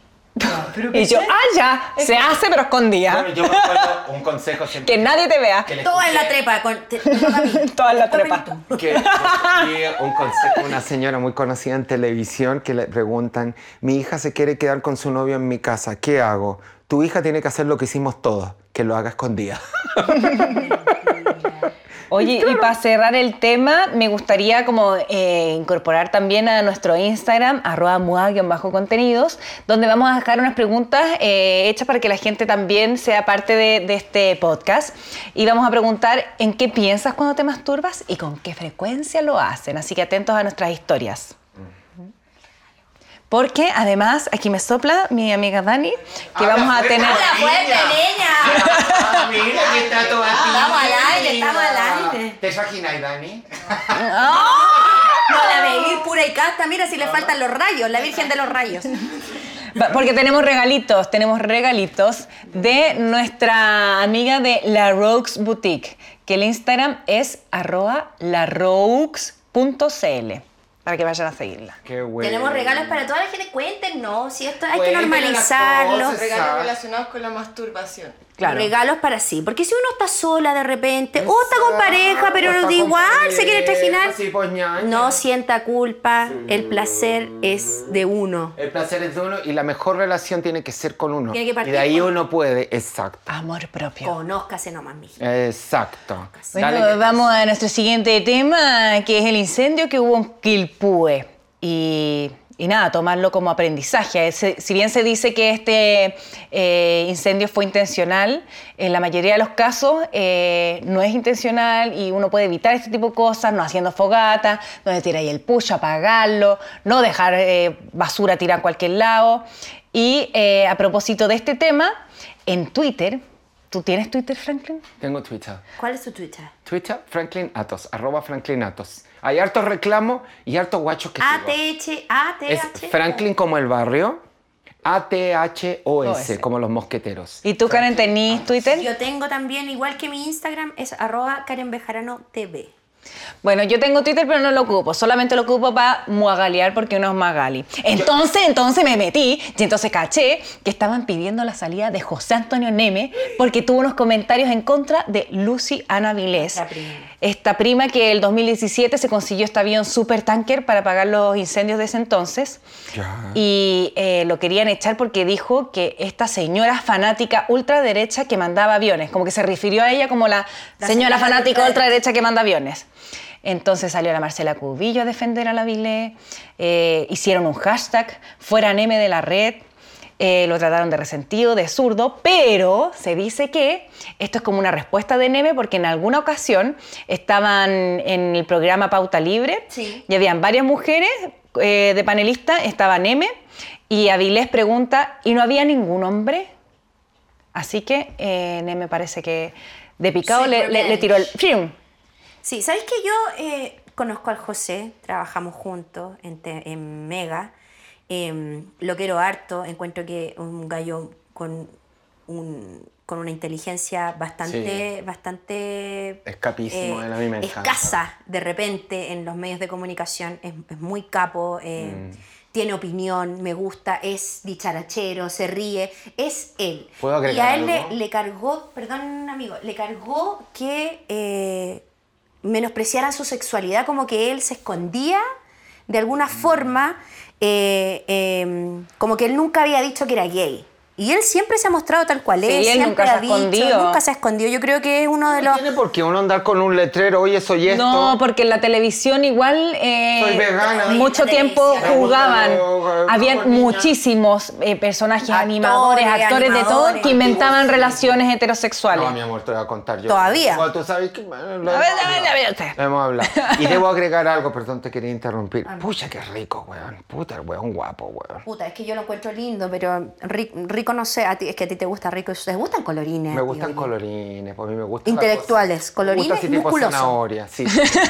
y yo, ah, ya, se hace pero escondía.
Bueno, yo me acuerdo un consejo siempre.
que nadie te vea.
que le
Todo en la
escuché.
trepa, con, te- te toca a mí.
Toda la
Tómame
trepa.
tú.
que recibí un consejo de una señora muy conocida en televisión que le preguntan, mi hija se quiere quedar con su novio en mi casa, ¿qué hago? Tu hija tiene que hacer lo que hicimos todos, que lo haga escondida.
Oye, y para cerrar el tema, me gustaría como eh, incorporar también a nuestro Instagram, arroba mua-contenidos, donde vamos a dejar unas preguntas eh, hechas para que la gente también sea parte de, de este podcast. Y vamos a preguntar en qué piensas cuando te masturbas y con qué frecuencia lo hacen. Así que atentos a nuestras historias. Mm. Porque además, aquí me sopla mi amiga Dani, que
Habla
vamos a
fuerte,
tener...
¡Habla fuerte, niña!
Ah, mira, que está todo
Ah,
así.
Estamos al aire, estamos al aire.
¿Te imaginas, Dani?
No,
¡Ah!
la Baby pura y casta, mira si le faltan los rayos, la Virgen de los Rayos.
Pa- Porque tenemos regalitos, tenemos regalitos de nuestra amiga de La Roux Boutique, que el Instagram es arroba laroux.cl, para que vayan a seguirla.
Qué bueno.
Tenemos regalos para toda la gente, cuéntenos, si esto hay que
Cuéntenos las
normalizarlo.
cosas.
Regalos
Sabe.
relacionados con la masturbación.
Claro.
Regalos para sí. Porque si uno está sola de repente, o está
Exacto,
con pareja, pero
está
no da
con
igual, se quiere
pareja,
trajinar.
sí, pues, ñaña.
No sienta culpa, el placer es de uno.
El placer es de uno y la mejor relación tiene que ser con uno.
Tiene que
y
partir
de ahí
con-
uno puede, exacto.
Amor propio.
Conózcase nomás, mija.
Exacto.
Bueno,
Dale, que-
vamos a nuestro siguiente tema, que es el incendio que hubo en Quilpue. Y, y nada, tomarlo como aprendizaje. Ese- si bien se dice que este eh, incendio fue intencional, en la mayoría de los casos eh, no es intencional y uno puede evitar este tipo de cosas, no haciendo fogata, donde tiráis el pucho, apagarlo, no dejar eh, basura tirada en cualquier lado. Y eh, a propósito de este tema, en Twitter, ¿tú tienes Twitter, Franklin?
Tengo Twitter.
¿Cuál es tu Twitter?
Twitter, Franklin Atos, arroba Franklin Atos. Hay hartos reclamos y hartos guachos que sigo.
ATH,
Es
ATH.
Franklin como el barrio,
OS.
A-T-H-O-S, como los mosqueteros.
¿Y tú, Karen, tenís Twitter?
Yo tengo también, igual que mi Instagram, es arroba Karen Bejarano TV.
Bueno, yo tengo Twitter, pero no lo ocupo. Solamente lo ocupo para muagalear porque uno es magali. Entonces, entonces me metí y entonces caché que estaban pidiendo la salida de José Antonio Neme porque tuvo unos comentarios en contra de Lucy Ana Vilés.
La prima.
Esta prima que el 2017 se consiguió este avión supertanker para pagar los incendios de ese entonces.
Ya.
Y eh, lo querían echar porque dijo que esta señora fanática ultraderecha que mandaba aviones, como que se refirió a ella como la,
La
señora
señora
fanática
ultraderecha.
ultraderecha que manda aviones. Entonces salió la Marcela Cubillo a defender a la Vilé, eh, hicieron un hashtag, fuera Neme de la red, eh, lo trataron de resentido, de zurdo, pero se dice que esto es como una respuesta de Neme porque en alguna ocasión estaban en el programa Pauta Libre
Sí.
y habían varias mujeres eh, de panelistas, estaba Neme, y Avilés pregunta, ¿y no había ningún hombre? Así que eh, Neme parece que de picado
Sí,
le, le- le tiró el... ¡Fium!
Sí, ¿sabes que yo eh, conozco al José? Trabajamos juntos en, te- en Mega. eh, lo quiero harto. Encuentro que un gallo con, un- con una inteligencia bastante... bastante eh,
Es capísimo, él a mí me encanta.
Escasa, de repente, en los medios de comunicación. Es, es muy capo. eh, Tiene opinión, me gusta, es dicharachero, se ríe, es él. y
¿Puedo
a
agregar
él le-
algo?
le, cargó, perdón amigo, le cargó que eh, menospreciaran su sexualidad, como que él se escondía de alguna forma, eh, eh, como que él nunca había dicho que era gay. Y él siempre se ha mostrado tal cual
Sí,
es,
él
siempre
nunca se
ha
ha
dicho,
escondido.
nunca se ha escondido. Yo creo que es uno de
No
los...
tiene por qué uno andar con un letrero, oye, soy esto.
No, pues, porque en la televisión igual eh,
Soy vegana.
mucho
La
tiempo
televisión.
jugaban.
Vamos,
Habían
niña.
muchísimos eh, personajes
Actores,
animadores, actores de todo
animadores.
que inventaban
Antiguos.
relaciones heterosexuales.
No, mi amor, te voy a contar yo.
Todavía.
Bueno, tú sabes que. bueno, lo
A ver,
hemos
a ver,
hablado.
a ver, usted.
Lo hemos hablado. Y debo agregar algo, perdón, te quería interrumpir. Pucha, qué rico, weón. Puta, el weón guapo, weón.
Puta, es que yo lo encuentro lindo, pero ri- rico no sé, a ti, es que a ti te gusta rico, ¿te gustan colorines?
Me gustan
Digo,
colorines, pues a mí me gustan.
Intelectuales,
las cosas-
colorines
Me gusta así tipo
musculosos.
zanahoria, sí.
Puta, la
Tipo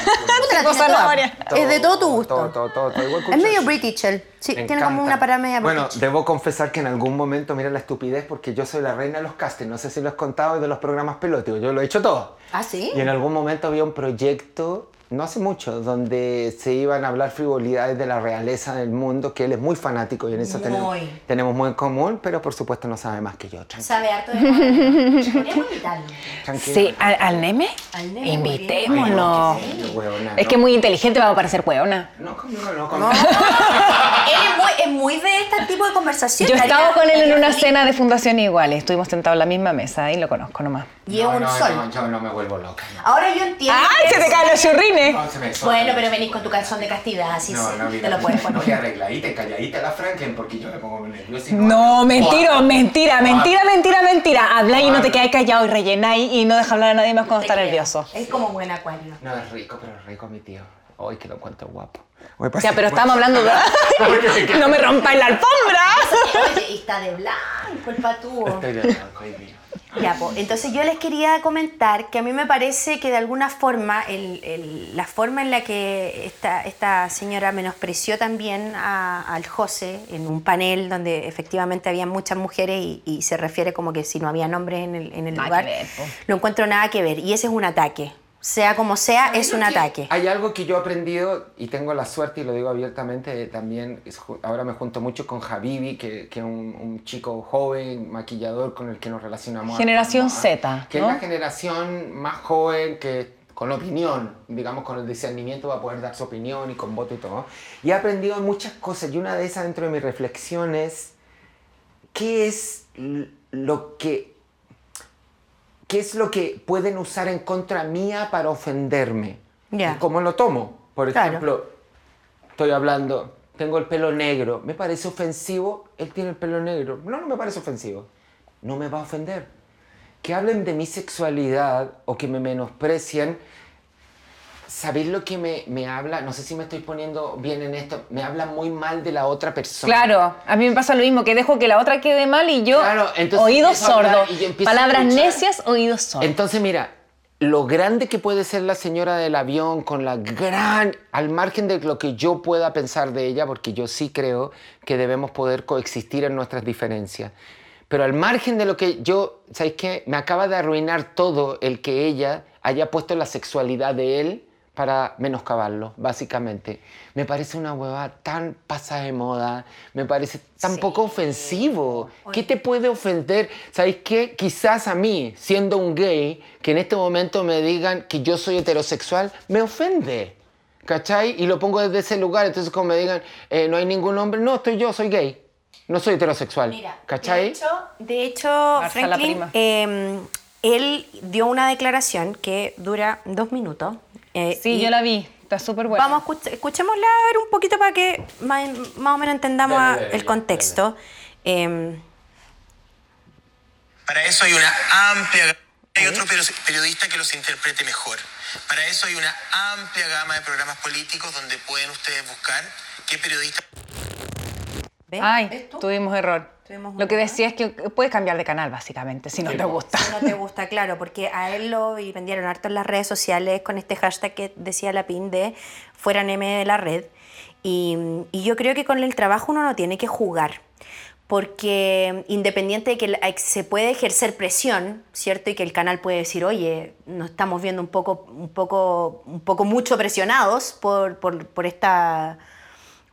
tiene toda.
zanahoria.
Es Eh, de todo tu gusto.
Todo, todo, todo, todo. Igual que
Es
un
medio
chasis.
British él. Sí,
Me
tiene
encanta.
como una parada media
Bueno,
British.
debo confesar que en algún momento, mira la estupidez, porque yo soy la reina de los castings, no sé si lo has contado, de los programas pelóticos, yo lo he hecho todo.
¿Ah, sí?
Y en algún momento había un proyecto, no hace mucho, donde se iban a hablar frivolidades de la realeza del mundo, que él es muy fanático y en eso tenemos,
Muy.
tenemos muy en común, pero por supuesto no sabe más que yo. Tranqui-
Sabe harto de Podríamos invitarlo.
tranquilo.
Sí, ¿al, al Neme?
Al Neme,
Ay,
Invitémoslo.
no, qué serio, huevona,
Es que es
no.
muy inteligente, vamos a parecer hueona.
No, conmigo no,
No.
conmigo.
Él es muy, es muy de este tipo de conversación.
Yo he
Estaría-
estado con él en
estaría
una
feliz.
cena de Fundación Iguales, estuvimos sentados en la misma mesa y lo conozco nomás.
Y es un
no,
sol.
no, yo no me vuelvo loca. no.
Ahora yo entiendo.
¡Ay,
que
se te
es-
caen los churrines!
No, se me-
Bueno, pero venís con tu calzón de castidad, así
No,
sí,
no, mira,
te lo puedes
No, y
poner.
arregladita y calladita la Franklin porque yo me pongo nerviosa. y
No, mentira,
Guau.
mentira, mentira, mentira, mentira. Habla y no te
Guau.
quedas callado y rellenáis y no dejas hablar a nadie más cuando
Te
está
creo.
nervioso.
Es como buen acuario.
No, es rico, pero es rico mi tío. Ay, que lo encuentro guapo. pues Oye, pasa-
Ya, pero estábamos hablando de... ¡No me rompáis la alfombra!
Oye, y está de blanco el patúo.
Estoy de blanco, ay, mira.
Ya, po. entonces yo les quería comentar que a mí me parece que de alguna forma el- el- la forma en la que esta, esta señora menospreció también a- al José en un panel donde efectivamente había muchas mujeres y, y se refiere como que si no había nombres en el, en el
Nada que
lugar,
ver, po.
no encuentro nada que ver y ese es un ataque. sea como sea, es un ataque.
Hay algo que yo he aprendido y tengo la suerte y lo digo abiertamente eh, también. es ju- ahora me junto mucho con Habibi, que que es un, un chico joven, maquillador con el que nos relacionamos.
Generación
harto, ¿no?
Z,
Que
¿no?
es la generación más joven que con opinión, digamos, con el discernimiento va a poder dar su opinión y con voto y todo. Y he aprendido muchas cosas y una de esas dentro de mis reflexiones, ¿qué es l- lo que qué es lo que pueden usar en contra mía para ofenderme.
Ya.
Y ¿Cómo lo tomo? Por
Claro.
ejemplo, estoy hablando, tengo el pelo negro, ¿me parece ofensivo? Él tiene el pelo negro. No, no me parece ofensivo. No me va a ofender. Que hablen de mi sexualidad o que me menosprecien. ¿Sabéis lo que me, me habla? No sé si me estoy poniendo bien en esto. Me habla muy mal de la otra persona.
Claro, a mí me pasa lo mismo, que dejo que la otra quede mal y yo,
Claro, entonces
oídos
empiezo a hablar
sordos.
y yo empiezo a
Palabras
escuchar.
necias, oídos sordos.
Entonces, mira, lo grande que puede ser la señora del avión con la gran, al margen de lo que yo pueda pensar de ella, porque yo sí creo que debemos poder coexistir en nuestras diferencias. Pero al margen de lo que yo, ¿sabes qué? Me acaba de arruinar todo el que ella haya puesto la sexualidad de él para menoscabarlo, básicamente. Me parece una hueva tan pasada de moda, me parece tan poco ofensivo. ¿Qué te puede ofender? ¿Sabes qué? Quizás a mí, siendo un gay, que en este momento me digan que yo soy heterosexual, me ofende. ¿Cachai? Y lo pongo desde ese lugar, entonces como me digan, eh, no hay ningún hombre, no, estoy yo, soy gay, no soy heterosexual. ¿Cachai?
De hecho, de hecho,
Marta, la
Franklin,
prima.
eh, él dio una declaración que dura dos minutos. eh,
sí,
y
yo la vi, está súper buena.
Vamos, a escuch- escuchémosla a ver un poquito para que más, más o menos entendamos
Dale,
a-
dale,
el
dale.
contexto. Eh,
Para eso hay una amplia... Hay otro peri- periodista que los interprete mejor. Para eso hay una amplia gama de programas políticos donde pueden ustedes buscar qué periodista...
¿ves?
Ay,
¿Ves tú?
tuvimos error.
Tuvimos un
lo que
error.
decía es que puedes cambiar de canal, básicamente, si no te
pues.
gusta.
Si no te gusta, claro, porque a él lo vendieron harto en las redes sociales con este hashtag que decía la PIN de fueran M de la red. Y, y yo creo que con el trabajo uno no tiene que jugar. Porque independiente de que la- se puede ejercer presión, ¿cierto? Y que el canal puede decir, oye, nos estamos viendo un poco, un poco, un poco mucho presionados por, por, por esta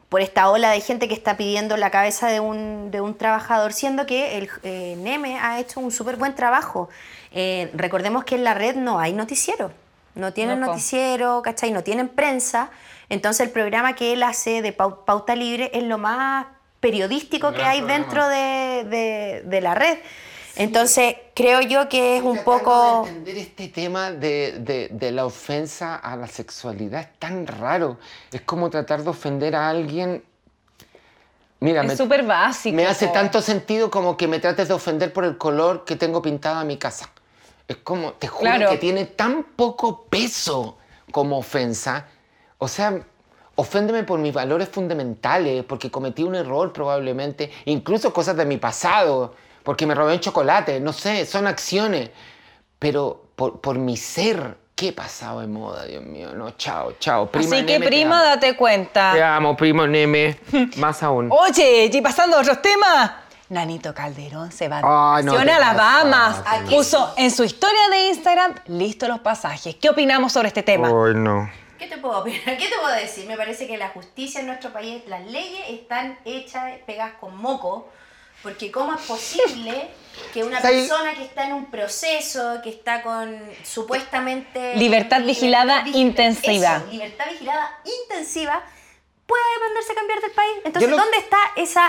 por esta ola de gente que está pidiendo la cabeza de un, de un trabajador, siendo que el eh, Neme ha hecho un súper buen trabajo. Eh, recordemos que en la red no hay noticiero, no tienen
No, po.
noticiero, ¿cachai? No tienen prensa, entonces el programa que él hace de Pau- Pauta Libre es lo más periodístico que
Gran
hay
programa.
dentro de, de- de la red. Entonces creo yo que es un
Tratando
poco...
de entender este tema de, de- de la ofensa a la sexualidad es tan raro. Es como tratar de ofender a alguien. Mira, me,
Es súper básico.
me hace
po.
tanto sentido como que me trates de ofender por el color que tengo pintada mi casa. Es como, te juro
Claro.
que tiene tan poco peso como ofensa. O sea, oféndeme por mis valores fundamentales, porque cometí un error probablemente, incluso cosas de mi pasado, porque me robé un chocolate, no sé, son acciones. Pero por, por mi ser, ¿qué pasado de moda, Dios mío? No, chao, chao. Prima
Así que,
Neme, te
prima,
amo.
date cuenta.
Te amo, primo Neme. Más
Oh,
aún.
Oye, y pasando a otros temas. Nanito Calderón se va
Ay,
de
no
vacaciones
te
a las Bahamas.
pases. Aquí.
Puso en su historia de Instagram listos los pasajes. ¿Qué opinamos sobre este tema?
Ay, no.
¿Qué te puedo opinar? ¿Qué te puedo decir? Me parece que la justicia en nuestro país, las leyes están hechas pegadas con moco, porque ¿cómo es posible que una
Sí.
persona que está en un proceso, que está con supuestamente...
Libertad vigilada
vigila-
intensiva.
eso, libertad vigilada intensiva, pueda mandarse a cambiar del país? Entonces,
lo-
¿dónde está esa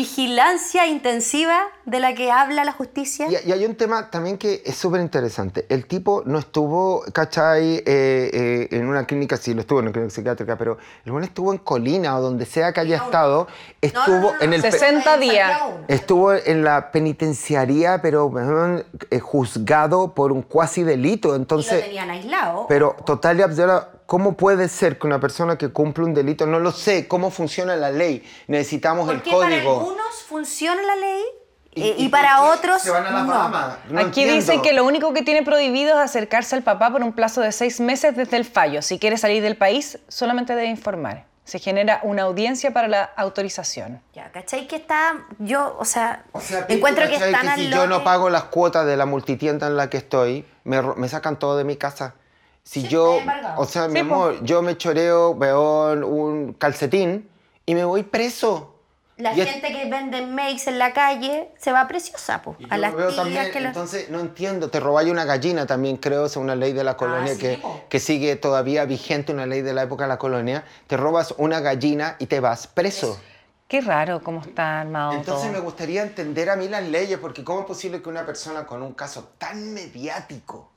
vigilancia intensiva de la que habla la justicia?
Y, y hay un tema también que es súper interesante. El tipo no estuvo, ¿cachai? Eh, eh, en una clínica, sí, lo estuvo en una clínica psiquiátrica, pero el bueno estuvo en Colina o donde sea que haya
No,
estado.
No, no,
Estuvo
no, no,
en
no,
el.
no,
pe-
60
en
días.
Santiago uno.
Estuvo en la penitenciaría, pero weón, eh, juzgado por un cuasi delito.
Y lo
Entonces,
tenían aislado.
pero total y Abdala, ¿cómo puede ser que una persona que cumple un delito, no lo sé, cómo funciona la ley? Necesitamos el
Porque
código.
para algunos funciona la ley eh, y,
¿Y por
para
qué
otros
se van a las
no.
Bahamas? No
Aquí
entiendo.
dicen que lo único que tiene prohibido es acercarse al papá por un plazo de seis meses desde el fallo. Si quiere salir del país, solamente debe informar. Se genera una audiencia para la autorización.
Ya, ¿cachai? Que está, yo, o sea,
O sea,
encuentro que
¿cachai?
están al
si
lote.
yo no pago las cuotas de la multitienda en la que estoy, me, ro- me sacan todo de mi casa. Si
Sí,
yo,
está embargado.
o sea, mi
Sí, po.
amor, yo me choreo, veo un calcetín y me voy preso.
La
Y es-
gente que vende makes en la calle se va preciosa, po.
y yo
A las
lo veo
tías
también,
que las-
Entonces, no entiendo, te robáis una gallina también, creo, es una ley de la colonia
Ah, sí,
que,
po.
que sigue todavía vigente, una ley de la época de la colonia. Te robas una gallina y te vas preso.
Qué raro cómo está armado
Entonces
todo.
me gustaría entender a mí las leyes, porque ¿cómo es posible que una persona con un caso tan mediático,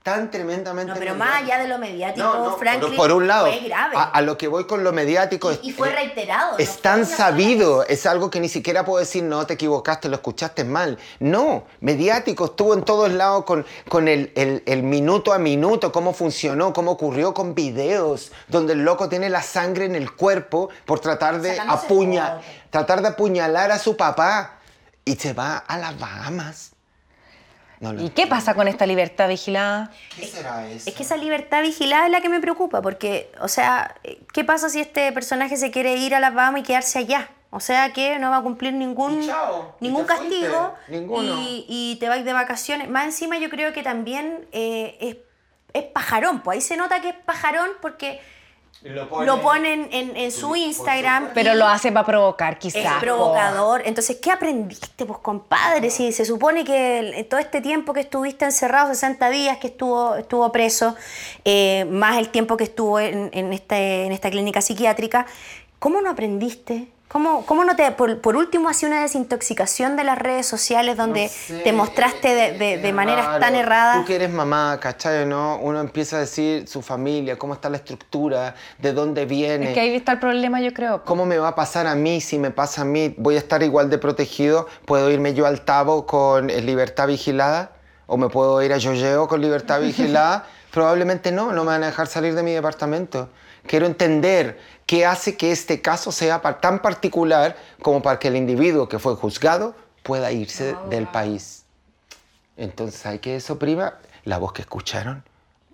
tan tremendamente...
No, pero más allá de lo mediático, Franklin
por, por un lado,
fue grave.
A, a lo que voy con lo mediático... es-
y, y fue reiterado. ¿no?
Es
Fue
tan
una sola
sabido,
vez.
es algo que ni siquiera puedo decir, no, te equivocaste, lo escuchaste mal. No, mediático, estuvo en todos lados con, con el, el- el minuto a minuto, cómo funcionó, cómo ocurrió con videos, donde el loco tiene la sangre en el cuerpo por tratar de,
Sacándose
apuña,
fotos.
tratar de apuñalar a su papá y se va a las Bahamas. No lo
¿Y qué pasa con esta libertad vigilada?
¿Qué será eso?
Es que esa libertad vigilada es la que me preocupa, porque, o sea, ¿qué pasa si este personaje se quiere ir a las Bahamas y quedarse allá? O sea que no va a cumplir ningún,
Y chao, y
ningún
te fuiste,
castigo
ninguno.
Y, y te vas de vacaciones. Más encima yo creo que también eh, es, es pajarón, pues ahí se nota que es pajarón porque
Lo
lo ponen en, en su Instagram.
Pero
y-
lo hace para provocar,
es
quizás.
provocador. Entonces, ¿qué aprendiste, pues, compadre? Si se supone que el- todo este tiempo que estuviste encerrado, 60 días que estuvo, estuvo preso, eh, más el tiempo que estuvo en, en este- en esta clínica psiquiátrica, ¿cómo no aprendiste? ¿Cómo, cómo no te.? Por, por último, hacía una desintoxicación de las redes sociales donde
No sé,
te mostraste de, de-
es
de maneras tan
raro.
erradas.
Tú que eres mamá, ¿cachai o no? Uno empieza a decir su familia, cómo está la estructura, de dónde viene.
Es que ahí está el problema, yo creo.
¿Cómo me va a pasar a mí? Si me pasa a mí, ¿voy a estar igual de protegido? ¿Puedo irme yo al Tabo con eh, libertad vigilada? ¿O me puedo ir a Yoyeo con libertad vigilada? Probablemente no, no me van a dejar salir de mi departamento. Quiero entender qué hace que este caso sea par- tan particular como para que el individuo que fue juzgado pueda irse del país. Entonces hay que eso prima la voz que escucharon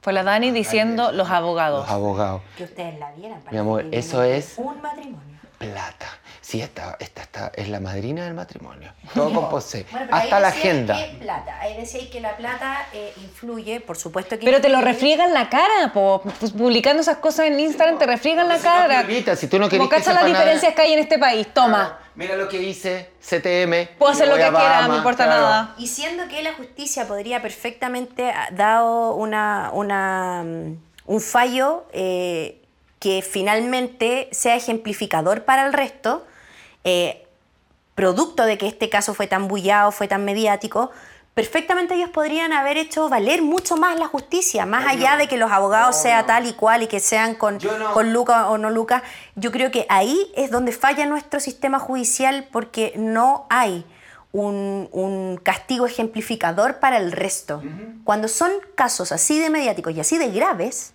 Fue la Dani diciendo los abogados.
los abogados.
Que ustedes la vieran. parece
Mi amor,
que
eso
viven
es-
Un matrimonio.
plata. Sí, esta, esta, esta es la madrina del matrimonio. Todo con Posé.
Bueno, pero ahí
Hasta la
decíais
agenda.
que plata. Ahí decíais que la plata eh, influye, por supuesto que.
Pero te lo
influye.
refriegan la cara, po. Pues publicando esas cosas en Instagram te refriegan la
Si no,
cara.
Lolita, si tú no
Como
querés que
cacha las
sepa nada-
diferencias que hay en este país, toma.
Mira lo que hice, CTM.
Puedo hacer lo
me voy
que quiera,
a
no
Bahamas,
me importa
claro.
nada.
Y siendo que la justicia podría perfectamente ha dado una, una, mm, un fallo eh, que finalmente sea ejemplificador para el resto, eh, producto de que este caso fue tan bullado, fue tan mediático, perfectamente ellos podrían haber hecho valer mucho más la justicia, más allá de que los abogados sea tal y cual y que sean con,
Yo no.
con Luca o no Luca. Yo creo que ahí es donde falla nuestro sistema judicial porque no hay un, un castigo ejemplificador para el resto. Cuando son casos así de mediáticos y así de graves,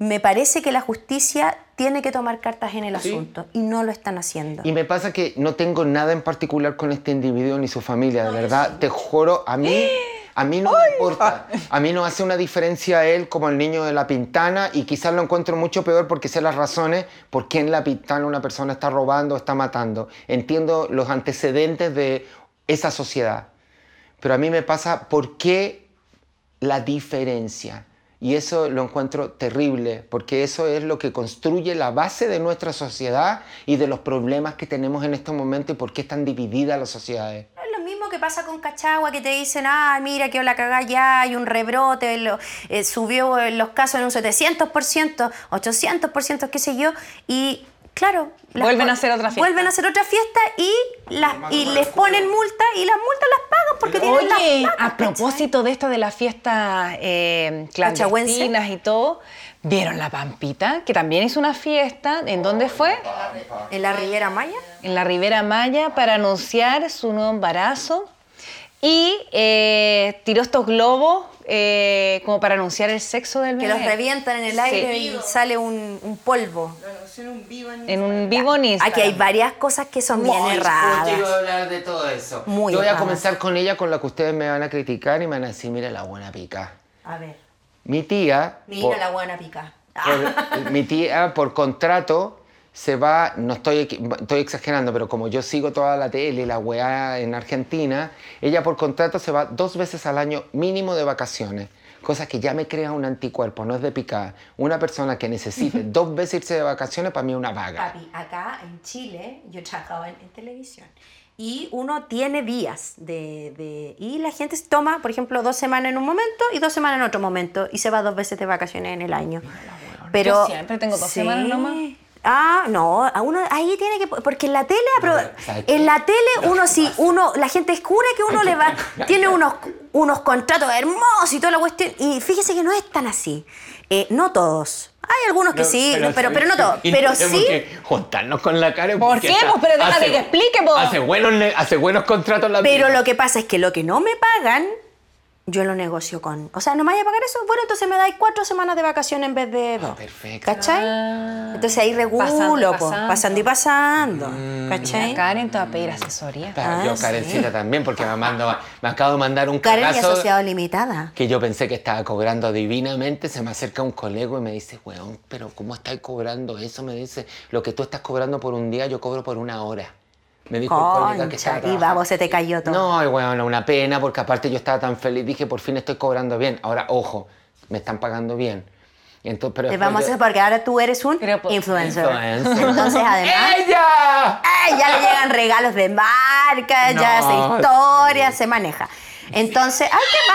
me parece que la justicia tiene que tomar cartas en el
Sí.
asunto y no lo están haciendo.
Y me pasa que no tengo nada en particular con este individuo ni su familia, de verdad. Te juro, a mí, a mí no me importa. A mí no hace una diferencia él como el niño de la pintana y quizás lo encuentro mucho peor porque sé las razones por qué en la pintana una persona está robando o está matando. Entiendo los antecedentes de esa sociedad. Pero a mí me pasa por qué la diferencia. Y eso lo encuentro terrible, porque eso es lo que construye la base de nuestra sociedad y de los problemas que tenemos en este momento y por qué están divididas las sociedades.
No Es lo mismo que pasa con Cachagua, que te dicen, ah, mira, que la cagá ya, hay un rebrote, lo- eh, subió eh, los casos en un 700%, 800%, qué sé yo, y claro... las
Vuelven
co-
a hacer otra fiesta.
Vuelven a hacer otra fiesta y, las, y les ponen multa y las multas las pagan porque tienen las
Oye,
placas,
a propósito de esto de las fiestas eh,
Cachagüense.
clandestinas y todo, ¿vieron la Pampita? Que también hizo una fiesta. ¿En dónde fue?
¿cachai? En la Riviera Maya.
en la Ribera Maya para anunciar su nuevo embarazo y eh, tiró estos globos eh, como para anunciar el sexo del
Que
bebé.
los revientan en el aire y sale un, un polvo.
En un vivo en Instagram.
Aquí hay varias cosas que son bien
Ay,
erradas.
Yo voy a hablar de todo eso.
Muy
Yo voy a
erradas.
comenzar con ella, con la que ustedes me van a criticar y me van a decir, mira la buena pica.
A ver,
Mi tía...
mira
por-
la buena pica.
por- mi tía, por contrato, se va, no estoy, equi- estoy exagerando, pero como yo sigo toda la tele, la weá en Argentina, ella por contrato se va dos veces al año mínimo de vacaciones. cosas que ya me crean un anticuerpo, no es de picada. Una persona que necesite dos veces irse de vacaciones, para mí es una vaga.
Papi, acá en Chile yo trabajaba en, en televisión y uno tiene días de, de- Y la gente toma, por ejemplo, dos semanas en un momento y dos semanas en otro momento y se va dos veces de vacaciones en el año. Pero
Yo siempre tengo dos semanas nomás.
Ah, no, a uno ahí tiene que porque en la tele apro-
¿sabes qué?
en la tele uno sí, uno la gente jura que uno le va tiene unos unos contratos hermosos y toda la cuestión y fíjese que no es tan así. Eh, no todos. Hay algunos que sí, pero, pero, no todos, pero sí.
juntarnos con la cara.
¿Por qué? Pues, pero déjate que explique, po.
Hace buenos, ne- hace buenos contratos la
pues. Pero
mina.
lo que pasa es que lo que no me pagan, yo lo negocio con. O sea, no me vaya a pagar eso. Bueno, entonces me dais cuatro semanas de vacaciones en vez de dos.
Ah, perfecto.
¿Cachai?
Ah.
entonces ahí regulo,
Pasando y
pasando,
pasando.
pasando y pasando.
Mm.
¿Cachai?
La Karen te va a pedir asesoría.
Ah, yo,
sí.
Karencita, también, porque me, mando, me acabo de mandar un
Karen y
cagazo
asociado limitada.
que yo pensé que estaba cobrando divinamente. Se me acerca un colega y me dice, weón, pero ¿cómo estás cobrando eso? Me dice, lo que tú estás cobrando por un día, yo cobro por una hora. Me dijo pues, el colega que estaba
Concha. Y
trabajando.
vamos, se te cayó todo.
No, y bueno, una pena, porque aparte yo estaba tan feliz, dije, por fin estoy cobrando bien. Ahora, ojo, me están pagando bien. Y entonces, pero
Te
después
vamos a
yo-
hacer porque ahora tú eres un
Pero, pues,
influencer.
Influencer.
Entonces, además.
¡Ella!
¡Ay! ya le llegan regalos de marca, ya
No.
hace historia, se maneja. Entonces, ay, que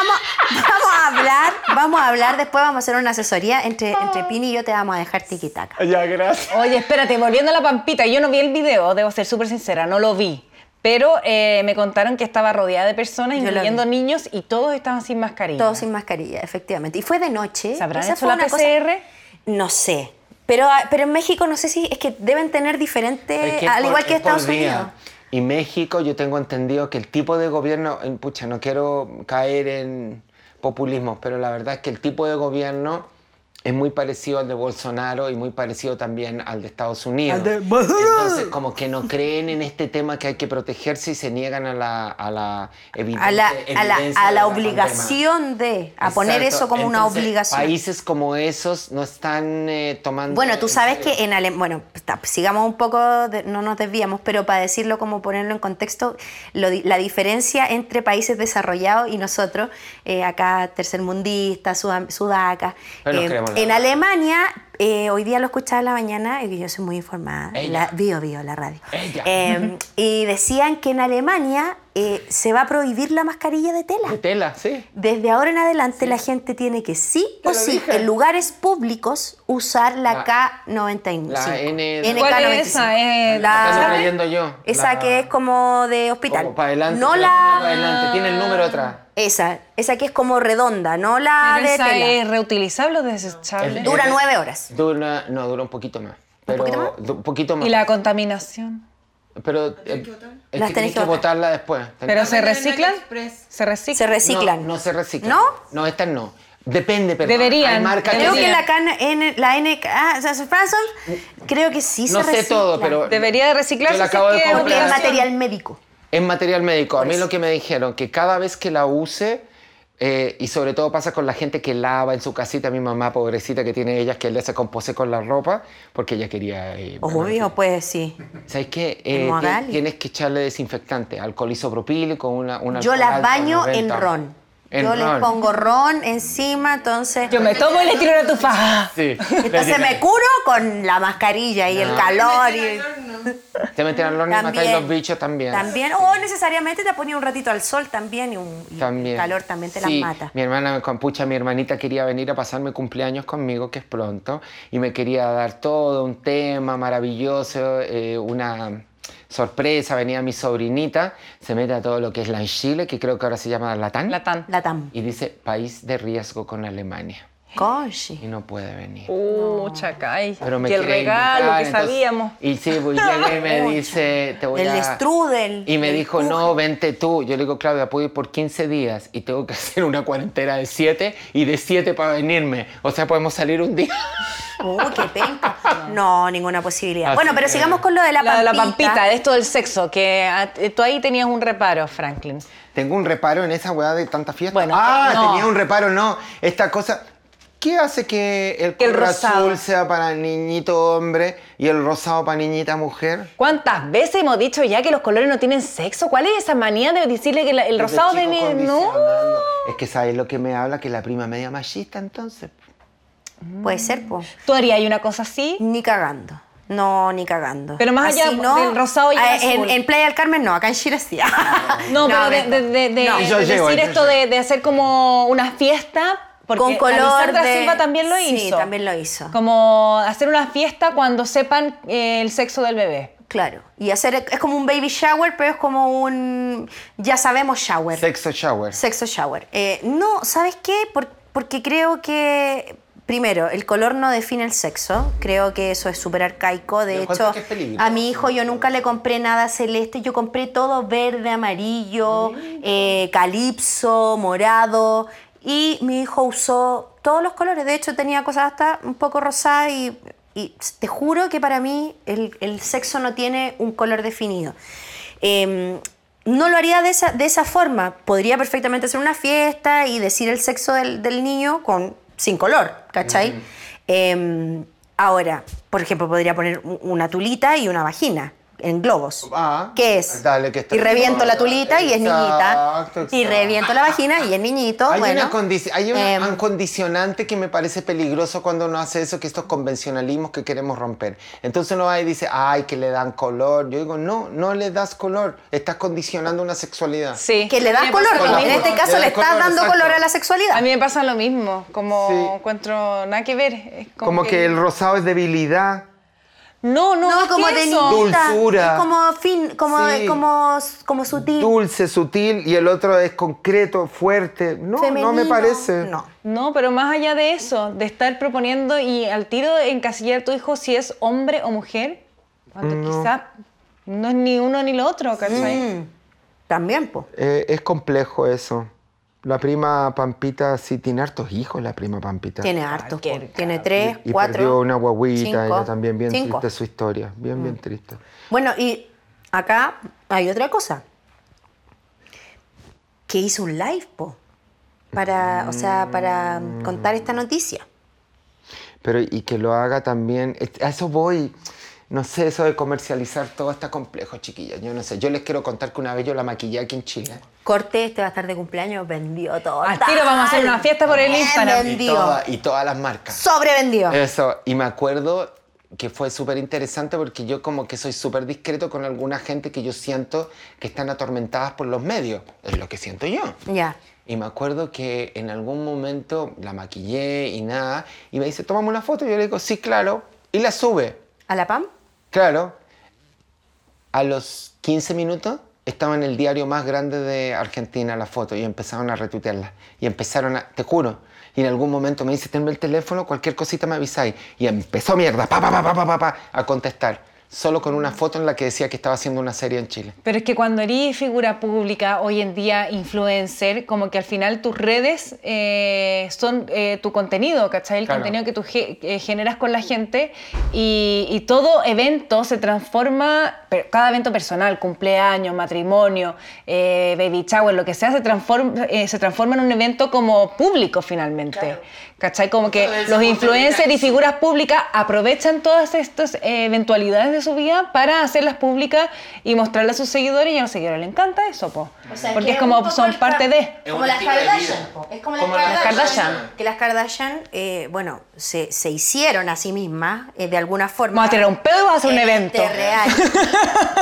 vamos, vamos a hablar, vamos a hablar, después vamos a hacer una asesoría entre, entre Pini y yo te vamos a dejar tiquitaca.
Ya, gracias.
Oye, espérate, volviendo a la pampita, yo no vi el video, debo ser súper sincera, no lo vi. Pero eh, me contaron que estaba rodeada de personas,
Yo lo
incluyendo
vi.
niños, y todos estaban sin mascarilla.
Todo sin mascarilla, efectivamente. Y fue de noche.
¿Se habrán
Esa
hecho
fue
la
una cosa-
PCR?
No sé. Pero, ah, pero en México no sé si es que deben tener diferente,
Es que es
Eh, al
por-
igual que
es por
Estados
día.
Unidos.
Y México, yo tengo entendido que el tipo de gobierno, eh, pucha, no quiero caer en populismos, pero la verdad es que el tipo de gobierno es muy parecido al de Bolsonaro y muy parecido también al de Estados Unidos.
Al de Bolsonaro.
Entonces, como que no creen en este tema que hay que protegerse y se niegan a la, a la, evidente-
A la, a la,
evidencia
a
de
la
pandemia.
obligación de, a poner
Exacto.
eso como una
Entonces,
obligación.
Países como esos no están eh, tomando...
Bueno, tú
en
sabes
serio.
que en Alemania, bueno, está- sigamos un poco, de- no nos desviamos, pero para decirlo como ponerlo en contexto, lo di- la diferencia entre países desarrollados y nosotros, eh, acá tercermundistas, suda- sudacas,
Pero nos
eh,
creemos la
en
verdad.
Alemania, eh, hoy día lo escuchaba en la mañana, y yo soy muy informada,
Ella.
la, vio, vio la radio,
Ella.
Eh, y decían que en Alemania eh, se va a prohibir la mascarilla de tela.
De tela, sí.
Desde ahora en adelante la gente tiene que sí
Te
o
lo
sí
dije.
en lugares públicos usar la,
La-
K95.
la N-
¿Cuál es esa? Eh,
La que ando
La,
leyendo yo.
esa
La-
que es como de hospital.
Como para adelante.
No
para
la
adelante. Tiene el número atrás.
esa, esa que es como redonda, no la Ah,
Pero
de
esa
tela.
es reutilizable o desechable.
Es
Dura
Eh,
nueve horas.
Dura, no, dura un poquito más. Pero,
poquito más?
du- un poquito más.
Y la contaminación.
Pero eh, es
Las tenés
que tienes
que
que
botar.
botarla después. Tenés-
¿Pero se
Venden en
reciclan?
AliExpress.
Se reciclan.
Se reciclan.
No, no se reciclan.
¿No?
No, estas no. Depende, pero
Deberían,
hay marcas
Creo que
deberían.
sí.
la K- N, la N, ah, o sea, Franson, creo que sí
Mm. No
se
sé todo,
recicla.
pero
Debería de reciclarse
Yo la
si
acabo
es
de
que es
Porque
comprar.
es
obligación.
material médico.
Es material médico. A
Por
mí
eso.
lo que me dijeron, que cada vez que la use, eh, y sobre todo pasa con la gente que lava en su casita, mi mamá pobrecita que tiene ellas, que le hace compose con la ropa, porque ella quería... eh,
Obvio, pues sí.
¿Sabes qué? Eh,
Como a
ti-
Gali.
tienes que echarle desinfectante, alcohol isopropílico, una, una
Yo
alcohol
las
alto,
baño en
90.
ron.
En
Yo
ron.
les pongo ron encima, entonces.
Yo me tomo y le tiro una tufa.
Sí.
Entonces me curo con la mascarilla y el calor. Y...
Te meten al horno y matáis los bichos también.
También. O necesariamente te ponía un ratito al sol también y, un, y el
También.
calor también te
Sí,
las mata.
Mi hermana, con pucha, mi hermanita quería venir a pasar mi cumpleaños conmigo, que es pronto, y me quería dar todo un tema maravilloso, eh, una sorpresa. Venía mi sobrinita, se mete a todo lo que es la en Chile, que creo que ahora se llama Latán.
Latán.
La tam.
Y dice país de riesgo con Alemania.
Conchi.
Y no puede venir.
Uh, chacay.
Pero me
y el
quiere
regalo
invitar,
que
entonces-
sabíamos.
Y sí, pues llega y me dice, te voy
El
a...
strudel,
Y me
el
dijo,
puje.
no, vente tú. Yo le digo, Claudia, puedo ir por 15 días y tengo que hacer una cuarentena de 7 y de 7 para venirme. O sea, podemos salir un día.
Uy, qué penca. No, ninguna posibilidad.
Así
bueno, pero
que-
sigamos con lo de la
La
pampita.
de la pampita, de esto del sexo, que ah, tú ahí tenías un reparo, Franklin.
Tengo un reparo en esa weá de tanta fiesta.
Bueno,
ah,
no.
tenía un reparo, no. Esta cosa... ¿Qué hace que el
Que el
color
rosado.
azul sea para niñito hombre y el rosado para niñita mujer?
¿Cuántas veces hemos dicho ya que los colores no tienen sexo? ¿Cuál es esa manía de decirle que la- el
Desde
rosado de
chico
mi- No.
condicionando. Es que sabes lo que me habla, que la prima media machista entonces.
Puede ser, pues.
¿Tú harías una cosa así?
Ni cagando. No, ni cagando.
Pero más allá del rosado y el
Ah,
azul.
En, en Playa del Carmen no, acá en Chile sí.
No, pero de,
Beto.
de- de- de-
No.
de
Y yo
decir
llego, yo
esto de, de hacer como una fiesta. Porque
Con color
Alessandra
de-
Silva también lo
Sí,
hizo.
también lo hizo.
Como hacer una fiesta cuando sepan eh, el sexo del bebé.
Claro. Y hacer es como un baby shower, pero es como un ya sabemos shower.
Sexo shower.
Sexo shower. Eh, no, ¿sabes qué? Por- porque creo que, primero, el color no define el sexo. Creo que eso es súper arcaico. De
Yo encuentro
hecho,
que es peligroso.
a mi hijo yo nunca le compré nada celeste. Yo compré todo verde, amarillo,
Mm.
eh, calipso, morado. Y mi hijo usó todos los colores. De hecho, tenía cosas hasta un poco rosadas y... y te juro que para mí el, el sexo no tiene un color definido. Eh, no lo haría de esa, de esa forma. Podría perfectamente hacer una fiesta y decir el sexo del, del niño con, sin color, ¿cachai? Eh, ahora, por ejemplo, podría poner u- una tulita y una vagina en globos.
Ah,
¿Qué es?
dale, que está-
y reviento la tulita y es niñita.
Exacto,
Y
exacto.
reviento la vagina y es niñito.
Hay,
bueno,
una condici- hay un
Em,
condicionante que me parece peligroso cuando uno hace eso, que estos convencionalismos que queremos romper. Entonces uno va y dice, ay, que le dan color. Yo digo, no, no le das color. Estás condicionando una sexualidad.
Sí.
que le
A mí
das
me
color.
pasa lo
con la
En
mismo.
este
forma.
caso
Le
le
das
estás
color,
dando
exacto.
color a la sexualidad.
A mí me pasa lo mismo. Como
Sí.
encuentro nada que ver. es
Como que... el rosado es debilidad.
No, no,
No,
más
como
que
de
eso.
Dulce.
niñita.
Dulzura.
Es como fin, como,
Sí.
como, como sutil.
Dulce, sutil, y el otro es concreto, fuerte. No, no me
femenino.
parece.
No.
No, pero más allá de eso, de estar proponiendo y al tiro encasillar a tu hijo si es hombre o mujer,
Mm,
cuando quizás no es ni uno ni lo otro, ¿cachai?
Mm. También, po.
Eh, es complejo eso. La prima Pampita sí tiene hartos hijos, la prima Pampita.
Tiene hartos. po.
Cualquier
Tiene tres,
y, y
cuatro.
perdió una guaguita,
cinco,
ella también, bien
cinco. Mm.
triste su historia, bien, bien triste.
Bueno, y acá hay otra cosa. Que hizo un live, po. Para, o sea, para contar
Mm.
esta noticia.
Pero y que lo haga también, es- a eso voy, no sé, eso de comercializar todo está complejo, chiquillas, yo no sé. Yo les quiero contar que una vez yo la maquillé aquí en Chile.
Corte, este va a estar de cumpleaños, vendió todo.
Al tiro vamos a hacer una fiesta por el Instagram.
Y,
Vendió.
toda- Eh. y todas las marcas.
Sobrevendió.
Eso, y me acuerdo que fue súper interesante porque yo como que soy súper discreto con alguna gente que yo siento que están atormentadas por los medios, es lo que siento yo.
Ya.
Y me acuerdo que en algún momento la maquillé y nada, y me dice, tomamos una foto, y yo le digo, sí, claro, y la sube,
¿A la PAM?
claro. A los 15 minutos estaba en el diario más grande de Argentina la foto y empezaron a retuitearla. Y empezaron a, te juro, y en algún momento me dice, tenme el teléfono, cualquier cosita me avisáis. Y empezó mierda, pa, pa, pa, pa, pa, pa, pa, a contestar, solo con una foto en la que decía que estaba haciendo una serie en Chile.
Pero es que cuando eres figura pública, hoy en día influencer, como que al final tus redes eh, son eh, tu contenido, ¿cachai? El
Claro.
contenido que tú ge- eh, generas con la gente y, y todo evento se transforma, pero cada evento personal, cumpleaños, matrimonio, eh, baby shower, lo que sea, se transforma, eh, se transforma en un evento como público finalmente, ¿cachai? Como que
Muchas veces
Eh, los
como
influencers y
publicidad.
figuras públicas aprovechan todas estas eh, eventualidades de su vida para hacerlas públicas y mostrarle a sus seguidores y a los seguidores les encanta eso, po. porque es como son parte de...
Como las Kardashian. po. Es como,
Como
las,
las
Kardashian.
Kardashian.
Que las Kardashian, eh, bueno, se, se hicieron a sí mismas eh, de alguna forma.
Vamos a tirar un pedo y vamos a hacer un
Este,
evento.
real.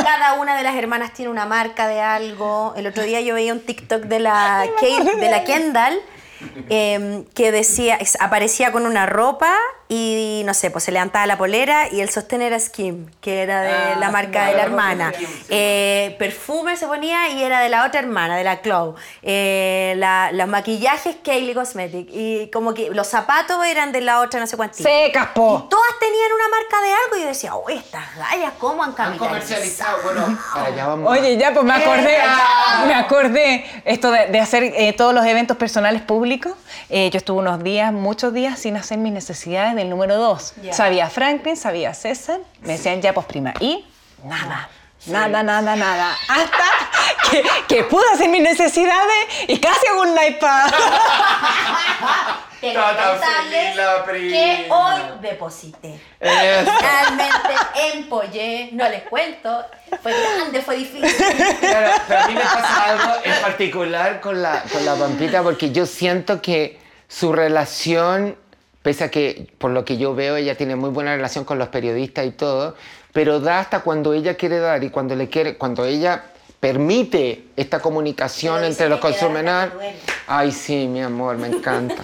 Cada una de las hermanas tiene una marca de algo. El otro día yo veía un TikTok de la, Kate- de la Kendall eh, que decía, es- aparecía con una ropa y no sé, pues se levantaba la polera y el sostén era Skim, que era de la marca de la hermana. Eh, perfume se ponía y era de la otra hermana, de la Chloe. Eh, la- los maquillajes Kylie Cosmetic y como que los zapatos eran de la otra no sé cuántito.
Secas, po.
Y todas tenían una marca de algo y yo decía, oh, estas gallas, ¿cómo han
Han
capitalizado?
comercializado, bueno, para allá vamos.
Oye, ya, pues me acordé, me acordé esto de, de hacer eh, todos los eventos personales públicos. Eh, yo estuve unos días, muchos días, sin hacer mis necesidades del número dos. Sabía Franklin, sabía César, me decían ya, pues prima, y nada. Nada, nada, nada. Hasta que, que pude hacer mis necesidades y casi hago un iPad.
Tengo
Está
que
tan
contarles
feliz la prima.
que hoy deposité.
Eso.
Realmente empollé, no les cuento. Fue grande, fue difícil.
Claro, pero a mí me pasa algo en particular con la, con la Pampita, porque yo siento que su relación, pese a que por lo que yo veo ella tiene muy buena relación con los periodistas y todo, pero da hasta cuando ella quiere dar y cuando le quiere, cuando ella permite esta comunicación
Pero dice
entre los
que queda hasta
consumidores.
que duele.
Ay, sí, mi amor, me encanta.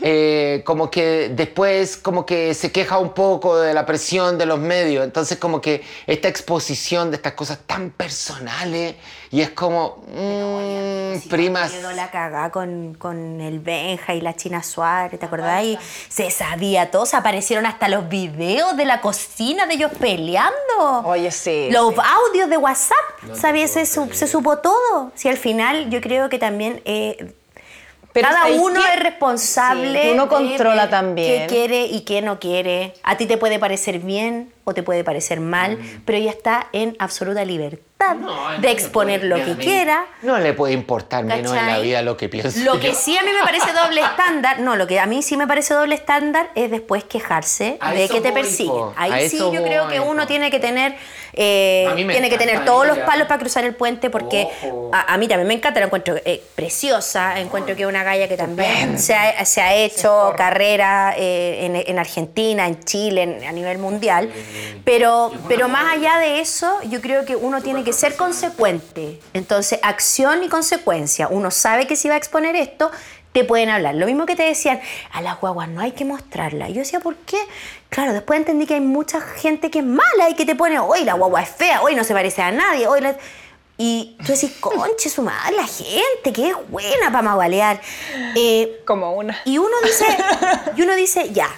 Eh, como que después, como que se queja un poco de la presión de los medios. Entonces, como que esta exposición de estas cosas tan personales y es como, mm,
Sí,
primas.
me Quedó la cagá con, con el Benja y la China Suárez, ¿te acordás? Y se sabía todo, se aparecieron hasta los videos de la cocina de ellos peleando.
Oye, sí,
Los
sí.
audios de WhatsApp, ¿sabes? Se, su- se supo todo. Si al final yo creo que también... eh,
Pero
cada
¿sabes
uno
qué?
es responsable.
Sí, que uno
de
controla
ver Qué
también.
quiere y qué no quiere. A ti te puede parecer bien o te puede parecer mal,
Mm.
pero ella está en absoluta libertad de exponer lo que quiera.
No le puede importar menos en la
¿Cachai?
vida lo que piensa.
Lo que sí a mí me parece doble estándar, no, lo que a mí sí me parece doble estándar es después quejarse
A
de
eso
que te
voy,
persiguen.
po.
Ahí
A
sí
eso
yo creo
voy,
que uno
po.
tiene que tener eh,
A mí me
tiene que tener
encanta
todos los
ella.
palos para cruzar el puente porque
Ojo.
a, a mí también me encanta, la encuentro eh, preciosa, encuentro que es una galla que también se ha, se ha hecho carrera eh, en, en Argentina, en Chile, en- a nivel mundial, pero, pero más allá de eso yo creo que uno tiene que ser consecuente, entonces acción y consecuencia, uno sabe que si va a exponer esto te pueden hablar. Lo mismo que te decían, a las guaguas no hay que mostrarla. Y yo decía, ¿por qué? Claro, después entendí que hay mucha gente que es mala y que te pone, hoy la guagua es fea, hoy no se parece a nadie, hoy la... Y tú decís, conche, su madre, la gente, que es buena para magualear. Eh,
Como una.
y uno dice, y uno dice, ya,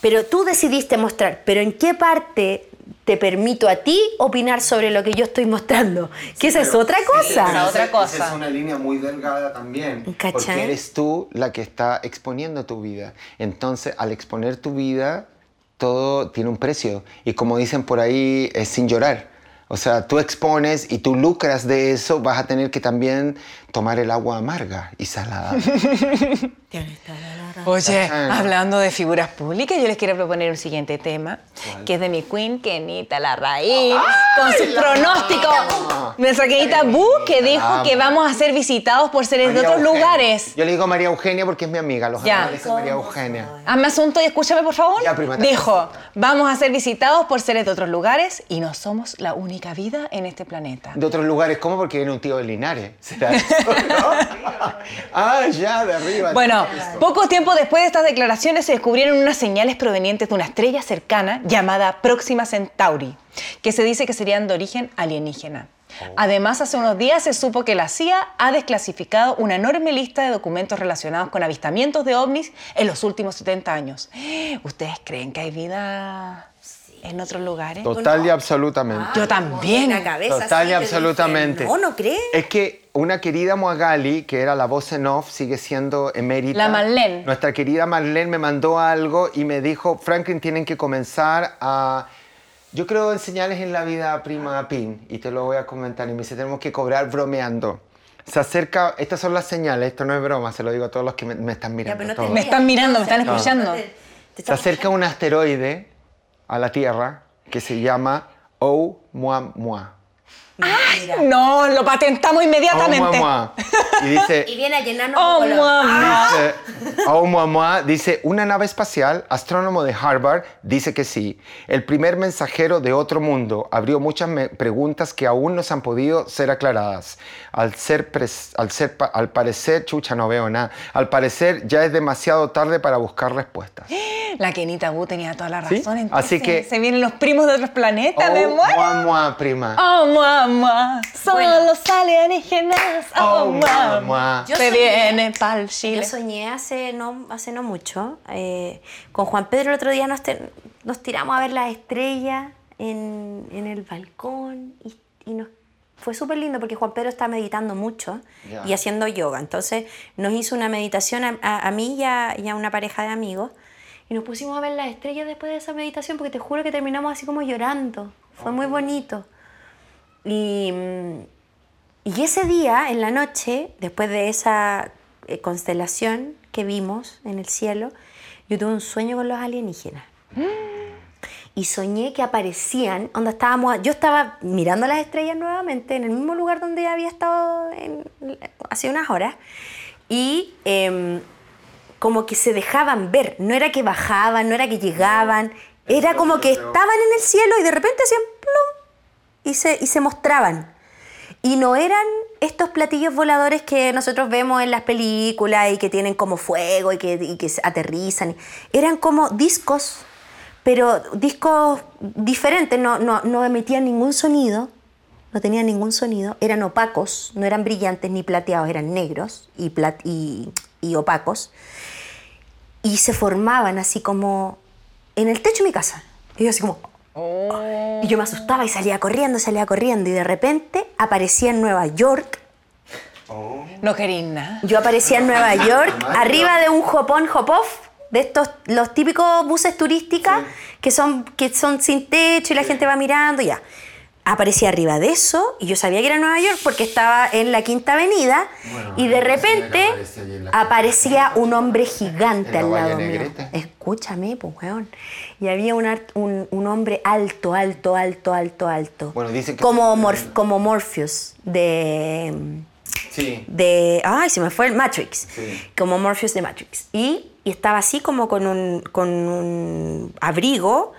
pero tú decidiste mostrar, pero ¿en qué parte te permito a ti opinar sobre lo que yo estoy mostrando? Que esa es otra
pero-
cosa.
otra
Esa- esa
cosa.
Es una línea muy delgada también.
¿Cachai?
Porque eres tú la que está exponiendo tu vida. Entonces, al exponer tu vida, todo tiene un precio. Y como dicen por ahí, es sin llorar. O sea, tú expones y tú lucras de eso, vas a tener que también tomar el agua amarga y salada.
Oye,
Ajá.
hablando de figuras públicas, yo les quiero proponer un siguiente tema, que es de mi queen, Kenita Larraín, con su pronóstico. Nuestra Kenita Bu, que dijo que vamos a ser visitados por seres de
María
otros
Eugenia.
lugares.
Yo le digo María Eugenia porque es mi amiga, los
Ya.
animales es María Eugenia.
Hazme asunto y escúchame, por favor.
Ya, prima, te
dijo, vamos a ser visitados por seres de otros lugares y no somos la única vida en este planeta.
De otros lugares, ¿cómo? Porque viene un tío de Linares. ¿Será eso, no? ah, ya, de arriba.
Bueno, poco tiempo después de estas declaraciones se descubrieron unas señales provenientes de una estrella cercana llamada Próxima Centauri, que se dice que serían de origen alienígena. Además, hace unos días se supo que la CIA ha desclasificado una enorme lista de documentos relacionados con avistamientos de ovnis en los últimos 70 años. ¿Ustedes creen que hay vida en otros
¿Eh?
lugares?
Total y absolutamente.
Yo también.
La Ah, cabeza
Total
así,
y
yo
absolutamente.
dije, No, no crees.
Es que una querida Moagali, que era la voz en off, sigue siendo emérita.
La Marlene.
Nuestra querida Marlene me mandó algo y me dijo, Franklin, tienen que comenzar a... Yo creo en señales en la vida prima a Pin y te lo voy a comentar. Y me dice, tenemos que cobrar bromeando. Se acerca, estas son las señales, esto no es broma, se lo digo a todos los que me, me están mirando.
pero no te
todos.
Me están mirando, me están
No.
escuchando.
Te- te
Se
estás-
acerca un asteroide a la Tierra que se llama Oumuamua.
Mira.
No, lo patentamos inmediatamente.
Oumuamua. Y dice,
Y viene a llenarnos de
Oh,
color.
mamá.
dice, Oumuamua dice, una nave espacial, astrónomo de Harvard, dice que sí. El primer mensajero de otro mundo abrió muchas me- preguntas que aún no se han podido ser aclaradas. Al, ser pres- al, ser pa- al parecer, chucha, no veo nada. Al parecer ya es demasiado tarde para buscar respuestas.
La Kenita Bu tenía toda la razón.
¿Sí?
Entonces,
Así que- Oh,
Se vienen los primos de otros planetas, me muero.
Oumuamua, prima.
Oh, mamá, son
Bueno.
los alienígenas. Oh,
Oumuamua.
mamá.
Yo
Se
soñé-
viene pa'l
Yo
Chile.
soñé hace no, hace no mucho. eh, con Juan Pedro el otro día nos, te- nos tiramos a ver las estrellas en, en el balcón y, y nos, fue súper lindo porque Juan Pedro está meditando mucho
Ya.
y haciendo yoga. Entonces nos hizo una meditación a, a- a mí y a, y a una pareja de amigos y nos pusimos a ver las estrellas después de esa meditación porque te juro que terminamos así como llorando. Fue muy bonito. Y, mm, y ese día, en la noche, después de esa eh, constelación,
que vimos en el cielo, yo tuve un sueño con los alienígenas. Y soñé que aparecían, onda estábamos, yo estaba mirando las estrellas nuevamente en el mismo lugar donde había estado en- hace unas horas. Y em, como que se dejaban ver, no era que bajaban, no era que llegaban, era como que estaban en el cielo y de repente hacían plum y se, y se mostraban. Y no eran estos platillos voladores que nosotros vemos en las películas y que tienen como fuego y que, y que se aterrizan. Eran como discos, pero discos diferentes, no, no, no emitían ningún sonido, no tenían ningún sonido, eran opacos, no eran brillantes ni plateados, eran negros y, plat- y, y opacos. Y se formaban así como en el techo de mi casa. Y yo así como, y yo me asustaba y salía corriendo, salía corriendo. Y de repente aparecía en Nueva York.
No querís nada.
Yo aparecía en Nueva York, arriba de un jopón jopof, de estos, los típicos buses turísticas que, son, que son sin techo y la gente va mirando, ya. Aparecía arriba de eso y yo sabía que era Nueva York porque estaba en la Quinta Avenida y de repente
aparece ahí en la-
aparecía un hombre gigante
En la
al lado
Valle
mío.
Negrete.
Escúchame, pues, weón. Y había un, ar- un, un hombre alto, alto, alto, alto, alto.
Bueno, dicen que-
Como, Morf- como Morpheus de
Sí.
de. Ay, se me fue el Matrix.
Sí.
Como Morpheus de Matrix. Y, y estaba así como con un, con un abrigo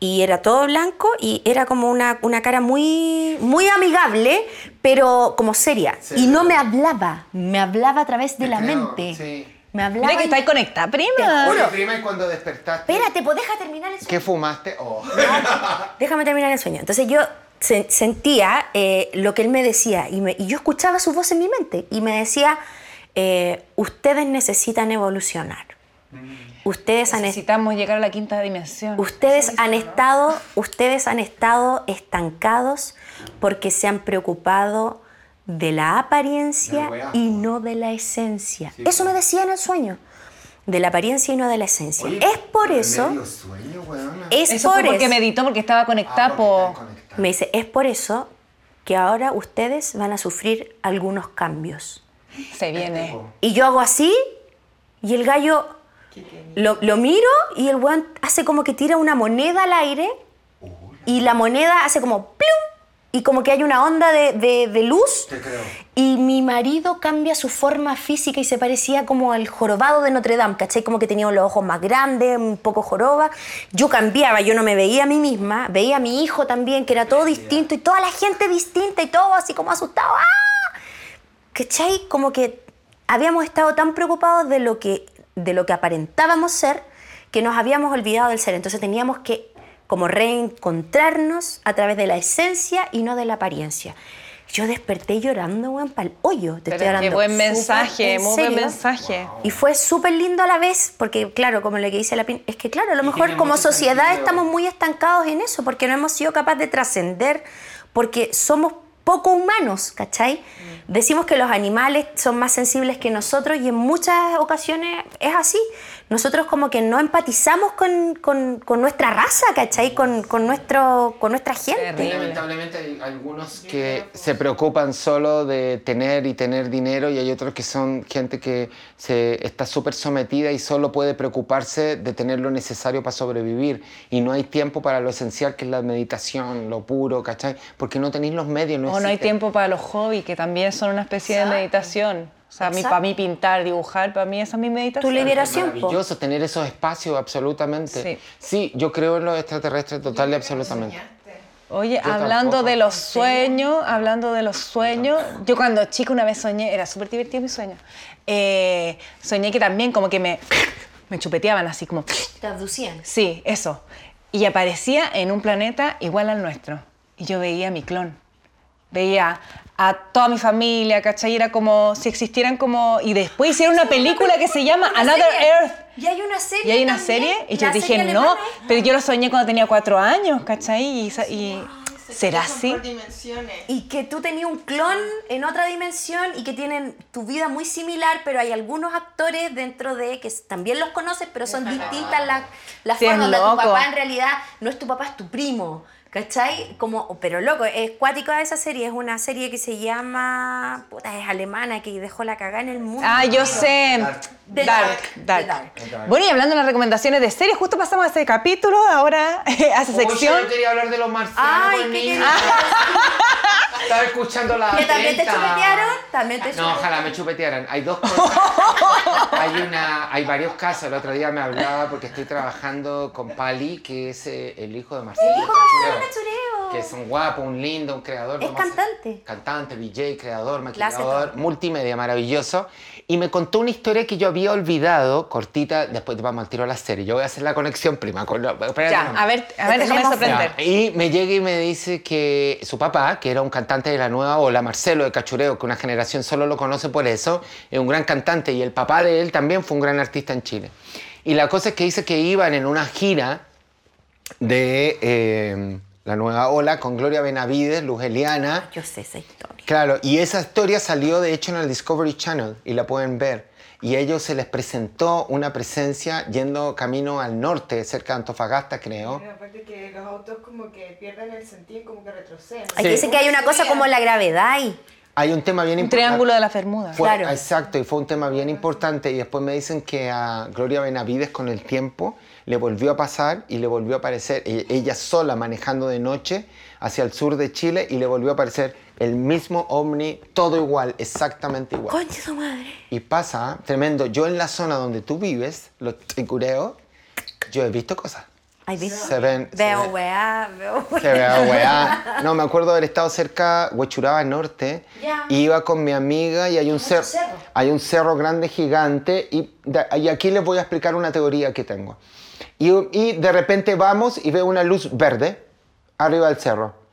y era todo blanco y era como una, una cara muy, muy amigable, pero como seria.
Seria.
Y no me hablaba, me hablaba a través de la
creo,
mente.
sí.
Me hablaba.
Mira que
y-
estáis conectada, prima.
Oye, prima, y cuando despertaste,
Espérate, pues deja terminar el sueño.
¿qué fumaste? Oh.
Déjame terminar el sueño. Entonces yo sen- sentía eh, lo que él me decía y, me- y yo escuchaba su voz en mi mente y me decía, eh, ustedes necesitan evolucionar. Ustedes han, est-
Necesitamos llegar a la quinta dimensión.
ustedes han estado, ustedes han estado estancados porque se han preocupado de la apariencia
Ya, weá.
y no de la esencia.
Sí,
eso
sí.
me decía en el sueño, de la apariencia y no de la esencia.
Oye,
es por
pero
eso,
medio sueño, weona.
es
Eso
por
fue porque
eso.
meditó, porque estaba conectada
Ah, porque
por...
están conectadas.
Me dice, es por eso que ahora ustedes van a sufrir algunos cambios.
Se viene.
Y yo hago así y el gallo lo, lo miro y el weón hace como que tira una moneda al aire y la moneda hace como plum y como que hay una onda de, de- de luz.
Te creo.
Y mi marido cambia su forma física y se parecía como al jorobado de Notre Dame, ¿cachai? Como que tenía los ojos más grandes, un poco joroba. Yo cambiaba, yo no me veía a mí misma, veía a mi hijo también, que era todo distinto y toda la gente distinta y todo así como asustado. ¡Ah! ¿Cachai? Como que habíamos estado tan preocupados de lo que, de lo que aparentábamos ser que nos habíamos olvidado del ser. Entonces teníamos que como reencontrarnos a través de la esencia y no de la apariencia. Yo desperté llorando, weón, pa'l hoyo. Te
Pero
estoy hablando.
qué buen
súper
mensaje,
en
muy buen
serio.
mensaje.
Y fue súper lindo a la vez, porque claro, como le que dice la pin, es que claro, a lo mejor
tiene
como
mucho
sociedad
sentido.
estamos muy estancados en eso, porque no hemos sido capaces de trascender, porque somos poco humanos, ¿cachai? Decimos que los animales son más sensibles que nosotros y en muchas ocasiones es así. Nosotros como que no empatizamos con, con- con nuestra raza, ¿cachai? Con, con nuestro, con nuestra gente.
Terrible.
Lamentablemente hay algunos que se preocupan solo de tener y tener dinero y hay otros que son gente que se está súper sometida y solo puede preocuparse de tener lo necesario para sobrevivir y no hay tiempo para lo esencial que es la meditación, lo puro, ¿cachai? Porque no tenéis los medios, no
O no hay
existen.
tiempo para los hobbies, que también son una especie de
Exacto.
meditación. O sea, mi-
Exacto.
para mí pintar, dibujar, para mí esa es mi
Tu
meditación.
liberación, po.
Maravilloso tener esos espacios, absolutamente.
Sí.
Sí, yo creo en los extraterrestres total y absolutamente.
Oye,
Yo
hablando
tampoco.
de los sueños, hablando de los sueños, yo cuando chica una vez soñé, era súper divertido mi sueño, eh, soñé que también como que me, me chupeteaban así como,
Te abducían.
sí, eso. Y aparecía en un planeta igual al nuestro. Y yo veía a mi clon, veía a toda mi familia, ¿cachai? Era como si existieran como... Y después hicieron una película que se llama
una
Another
serie.
Earth.
Y hay una serie.
Y hay una
también,
serie, y yo
la
dije,
serie
no,
alemana es-
pero yo lo soñé cuando tenía cuatro años, ¿cachai? Y, sa- y- ¿será así?
dimensiones.
Y que tú tenías un clon en otra dimensión y que tienen tu vida muy similar, pero hay algunos actores dentro de que s- también los conoces, pero son distintas las, las
Sí, es
formas. donde tu
loco.
papá en realidad no es tu papá, es tu primo.
¿Cachai? Como, pero loco, es cuática esa serie, es una serie que se llama, puta, es alemana, que dejó la cagada en el mundo.
Ah, yo sé.
Dark.
The
Dark,
Dark,
Dark.
The Dark.
Dark.
Bueno, y hablando de las recomendaciones de series, justo pasamos a este capítulo, ahora a esa
Oye,
sección.
yo quería hablar de los marcianos.
Ay,
pues,
qué
niña.
querida.
Estaba escuchando la.
¿Que también te
atenta.
chupetearon? ¿También te
No,
chupetearon?
ojalá me chupetearan. Hay dos cosas. hay, una, hay varios casos. El otro día me hablaba porque estoy trabajando con Pali, que es eh, el hijo de Marcelo.
El hijo de Marcelo Cachureo.
Que es un guapo, un lindo, un creador.
Es
lo más-
cantante.
Cantante, DJ, creador,
hace
maquillador, multimedia, maravilloso. Y me contó una historia que yo había olvidado, cortita, después vamos al tiro a la serie. Yo voy a hacer la conexión, prima. Con la- espérate
Ya,
nomás.
a ver, a ver, déjame
Tenemos-
sorprender.
Ya, Y me llega y me dice que su papá, que era un cantante de la nueva ola, Marcelo de Cachureo, que una generación solo lo conoce por eso, es un gran cantante y el papá de él también fue un gran artista en Chile. Y la cosa es que dice que iban en una gira de eh, la nueva ola con Gloria Benavides, Luz Eliana.
Yo sé esa historia.
Claro, y esa historia salió de hecho en el Discovery Channel y la pueden ver. Y a ellos se les presentó una presencia yendo camino al norte, cerca de Antofagasta, creo.
Pero aparte que los autos como que pierden el sentido, como que retroceden.
Aquí dicen que hay una cosa como la gravedad ahí.
Hay un tema bien
Un
importante.
triángulo de las Bermudas.
Fue-
Claro.
Exacto, y fue un tema bien importante. Y después me dicen que a Gloria Benavides con el tiempo le volvió a pasar y le volvió a aparecer e- ella sola manejando de noche hacia el sur de Chile y le volvió a aparecer el mismo ovni, todo igual, exactamente igual.
Coño, su madre.
Y pasa, ¿eh? tremendo, yo en la zona donde tú vives, los tricureos, yo he visto cosas.
Ay, ¿viste?
Se ven- se
Veo
ven.
weá, veo weá.
Que vea, weá. No, me acuerdo haber estado cerca, Huechuraba Norte,
Ya.
y iba con mi amiga y hay un cerro, hay un cerro grande gigante, y, de- y aquí les voy a explicar una teoría que tengo. Y, y de repente vamos y veo una luz verde arriba del cerro.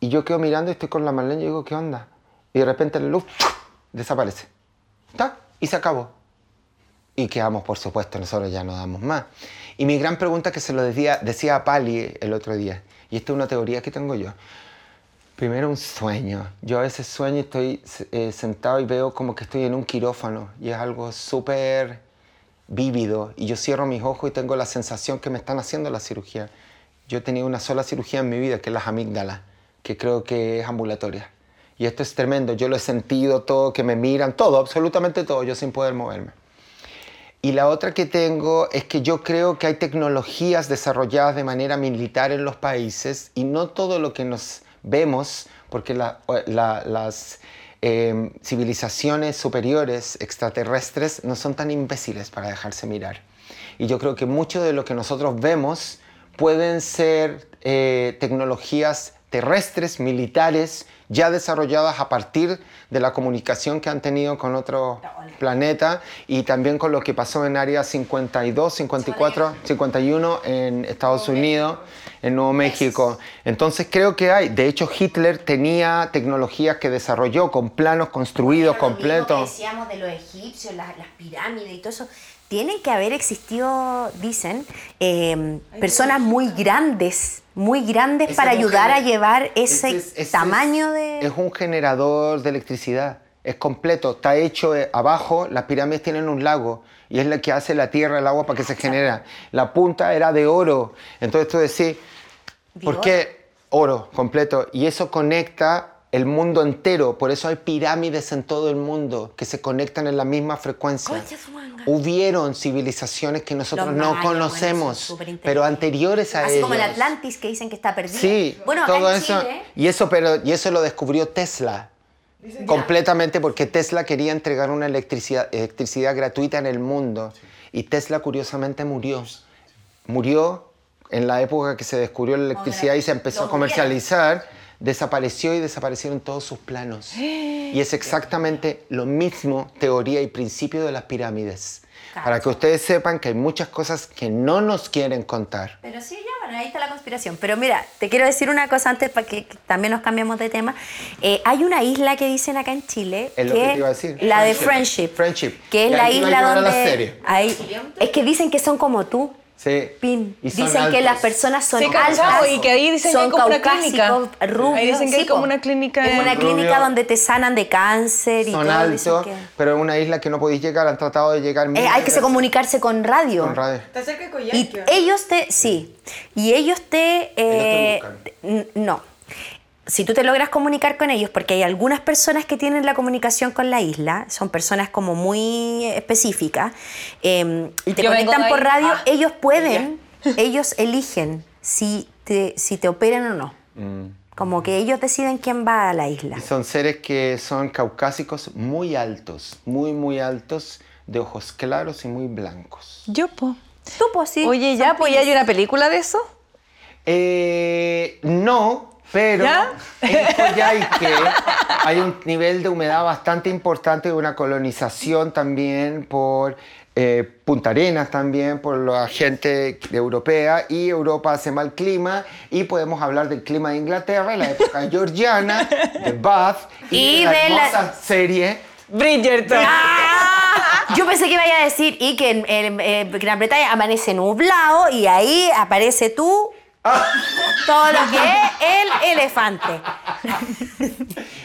Y yo quedo mirando y estoy con la Marlene y digo, ¿qué onda? Y de repente la luz desaparece. ¡Tac! Y se acabó. Y quedamos, por supuesto, nosotros ya no damos más. Y mi gran pregunta que se lo decía, decía a Pali el otro día, y esta es una teoría que tengo yo. Primero un sueño. Yo a veces sueño y estoy eh, sentado y veo como que estoy en un quirófano y es algo súper vívido y yo cierro mis ojos y tengo la sensación que me están haciendo la cirugía. Yo he tenido una sola cirugía en mi vida, que es las amígdalas, que creo que es ambulatoria. Y esto es tremendo, yo lo he sentido todo, que me miran, todo, absolutamente todo, yo sin poder moverme. Y la otra que tengo es que yo creo que hay tecnologías desarrolladas de manera militar en los países y no todo lo que nos vemos, porque la- la- las eh, civilizaciones superiores extraterrestres no son tan imbéciles para dejarse mirar. Y yo creo que mucho de lo que nosotros vemos pueden ser eh, tecnologías terrestres, militares, ya desarrolladas a partir de la comunicación que han tenido con otro planeta y también con lo que pasó en Área 52, 54, 51 en Estados Unidos, en Nuevo México. Entonces creo que hay, de hecho Hitler tenía tecnologías que desarrolló con planos construidos
Pero lo mismo que
completos.
decíamos de los egipcios, las, las pirámides y todo eso. Tienen que haber existido, dicen, eh, personas muy grandes, muy grandes
Ese
para
es un
ayudar a
gener-
llevar ese
Ese es- ese es-
tamaño de...
Es un generador de electricidad. Es completo. Está hecho eh, abajo. Las pirámides tienen un lago. Y es la que hace la tierra, el agua para que se genera. La punta era de oro. Entonces tú decís, ¿por
Vigor.
qué oro completo? Y eso conecta el mundo entero. Por eso hay pirámides en todo el mundo que se conectan en la misma frecuencia.
Concha su manga.
Hubieron civilizaciones que nosotros
Los
no
mayas, bueno, son
conocemos,
superinteligentes.
pero anteriores a
Así como el
ellos.
Atlantis que dicen que está perdido.
Sí,
bueno, acá
todo
en
eso.
Chile,
Y eso, pero, y eso lo descubrió Tesla. Completamente porque Tesla quería entregar una electricidad, electricidad gratuita en el mundo. Y Tesla curiosamente murió. Murió en la época que se descubrió la electricidad y se empezó a
lo murieron.
comercializar. Desapareció y desaparecieron todos sus planos. Y es exactamente lo mismo teoría y principio de las pirámides. Para que ustedes sepan que hay muchas cosas que no nos quieren contar.
Pero sí, ya, bueno, ahí está la conspiración. Pero mira, te quiero decir una cosa antes para que que también nos cambiemos de tema. Eh, hay una isla que dicen acá en Chile.
Es lo que te iba a decir.
La de
Friendship.
Friendship.
Friendship.
Que es
Y
la
ahí te iba a
isla
llevar a la
donde.
serie.
ahí- es que dicen que son como tú.
Sí.
Pim.
Y son
Dicen que
altos.
las personas son
Sí,
altas.
cachao, y que ahí dicen que
son
hay como una clínica.
caucásicos, rubios,
Ahí dicen que hay
sí, po.
como una clínica
Es
en
una clínica
Rubio.
donde te sanan de cáncer y
Son
todo. dicen
altos,
que-
pero es una isla que no podéis llegar, han tratado de llegar.
Eh,
miles
hay
de
que se
veces
comunicarse con radio.
Con radio.
Está cerca de
Y
Coyhaique.
ellos te, sí, y ellos te, eh,
Ellos te
n- no. Si tú te logras comunicar con ellos, porque hay algunas personas que tienen la comunicación con la isla, son personas como muy específicas, eh, y te
Yo vengo
conectan
de
por
ahí.
radio,
Ah,
ellos pueden, ellos eligen si te, si te operan o no. Mm. Como que ellos deciden quién va a la isla.
Y son seres que son caucásicos muy altos, muy, muy altos, de ojos claros y muy blancos.
Yo, po.
Tú, pues sí.
Oye, ya, pues ya hay una película de eso.
Eh, no, pero
¿Ya?
en Coyhaique hay un nivel de humedad bastante importante, una colonización también por eh, Punta Arenas también, por la gente europea, y Europa hace mal clima, y podemos hablar del clima de Inglaterra, la época georgiana, de Bath, y,
Y
de la
de la-
hermosa serie
Bridgerton.
¡Ah! Yo pensé que iba a decir y que en, en- en Gran Bretaña amanece nublado y ahí aparece tú todo lo que es el elefante.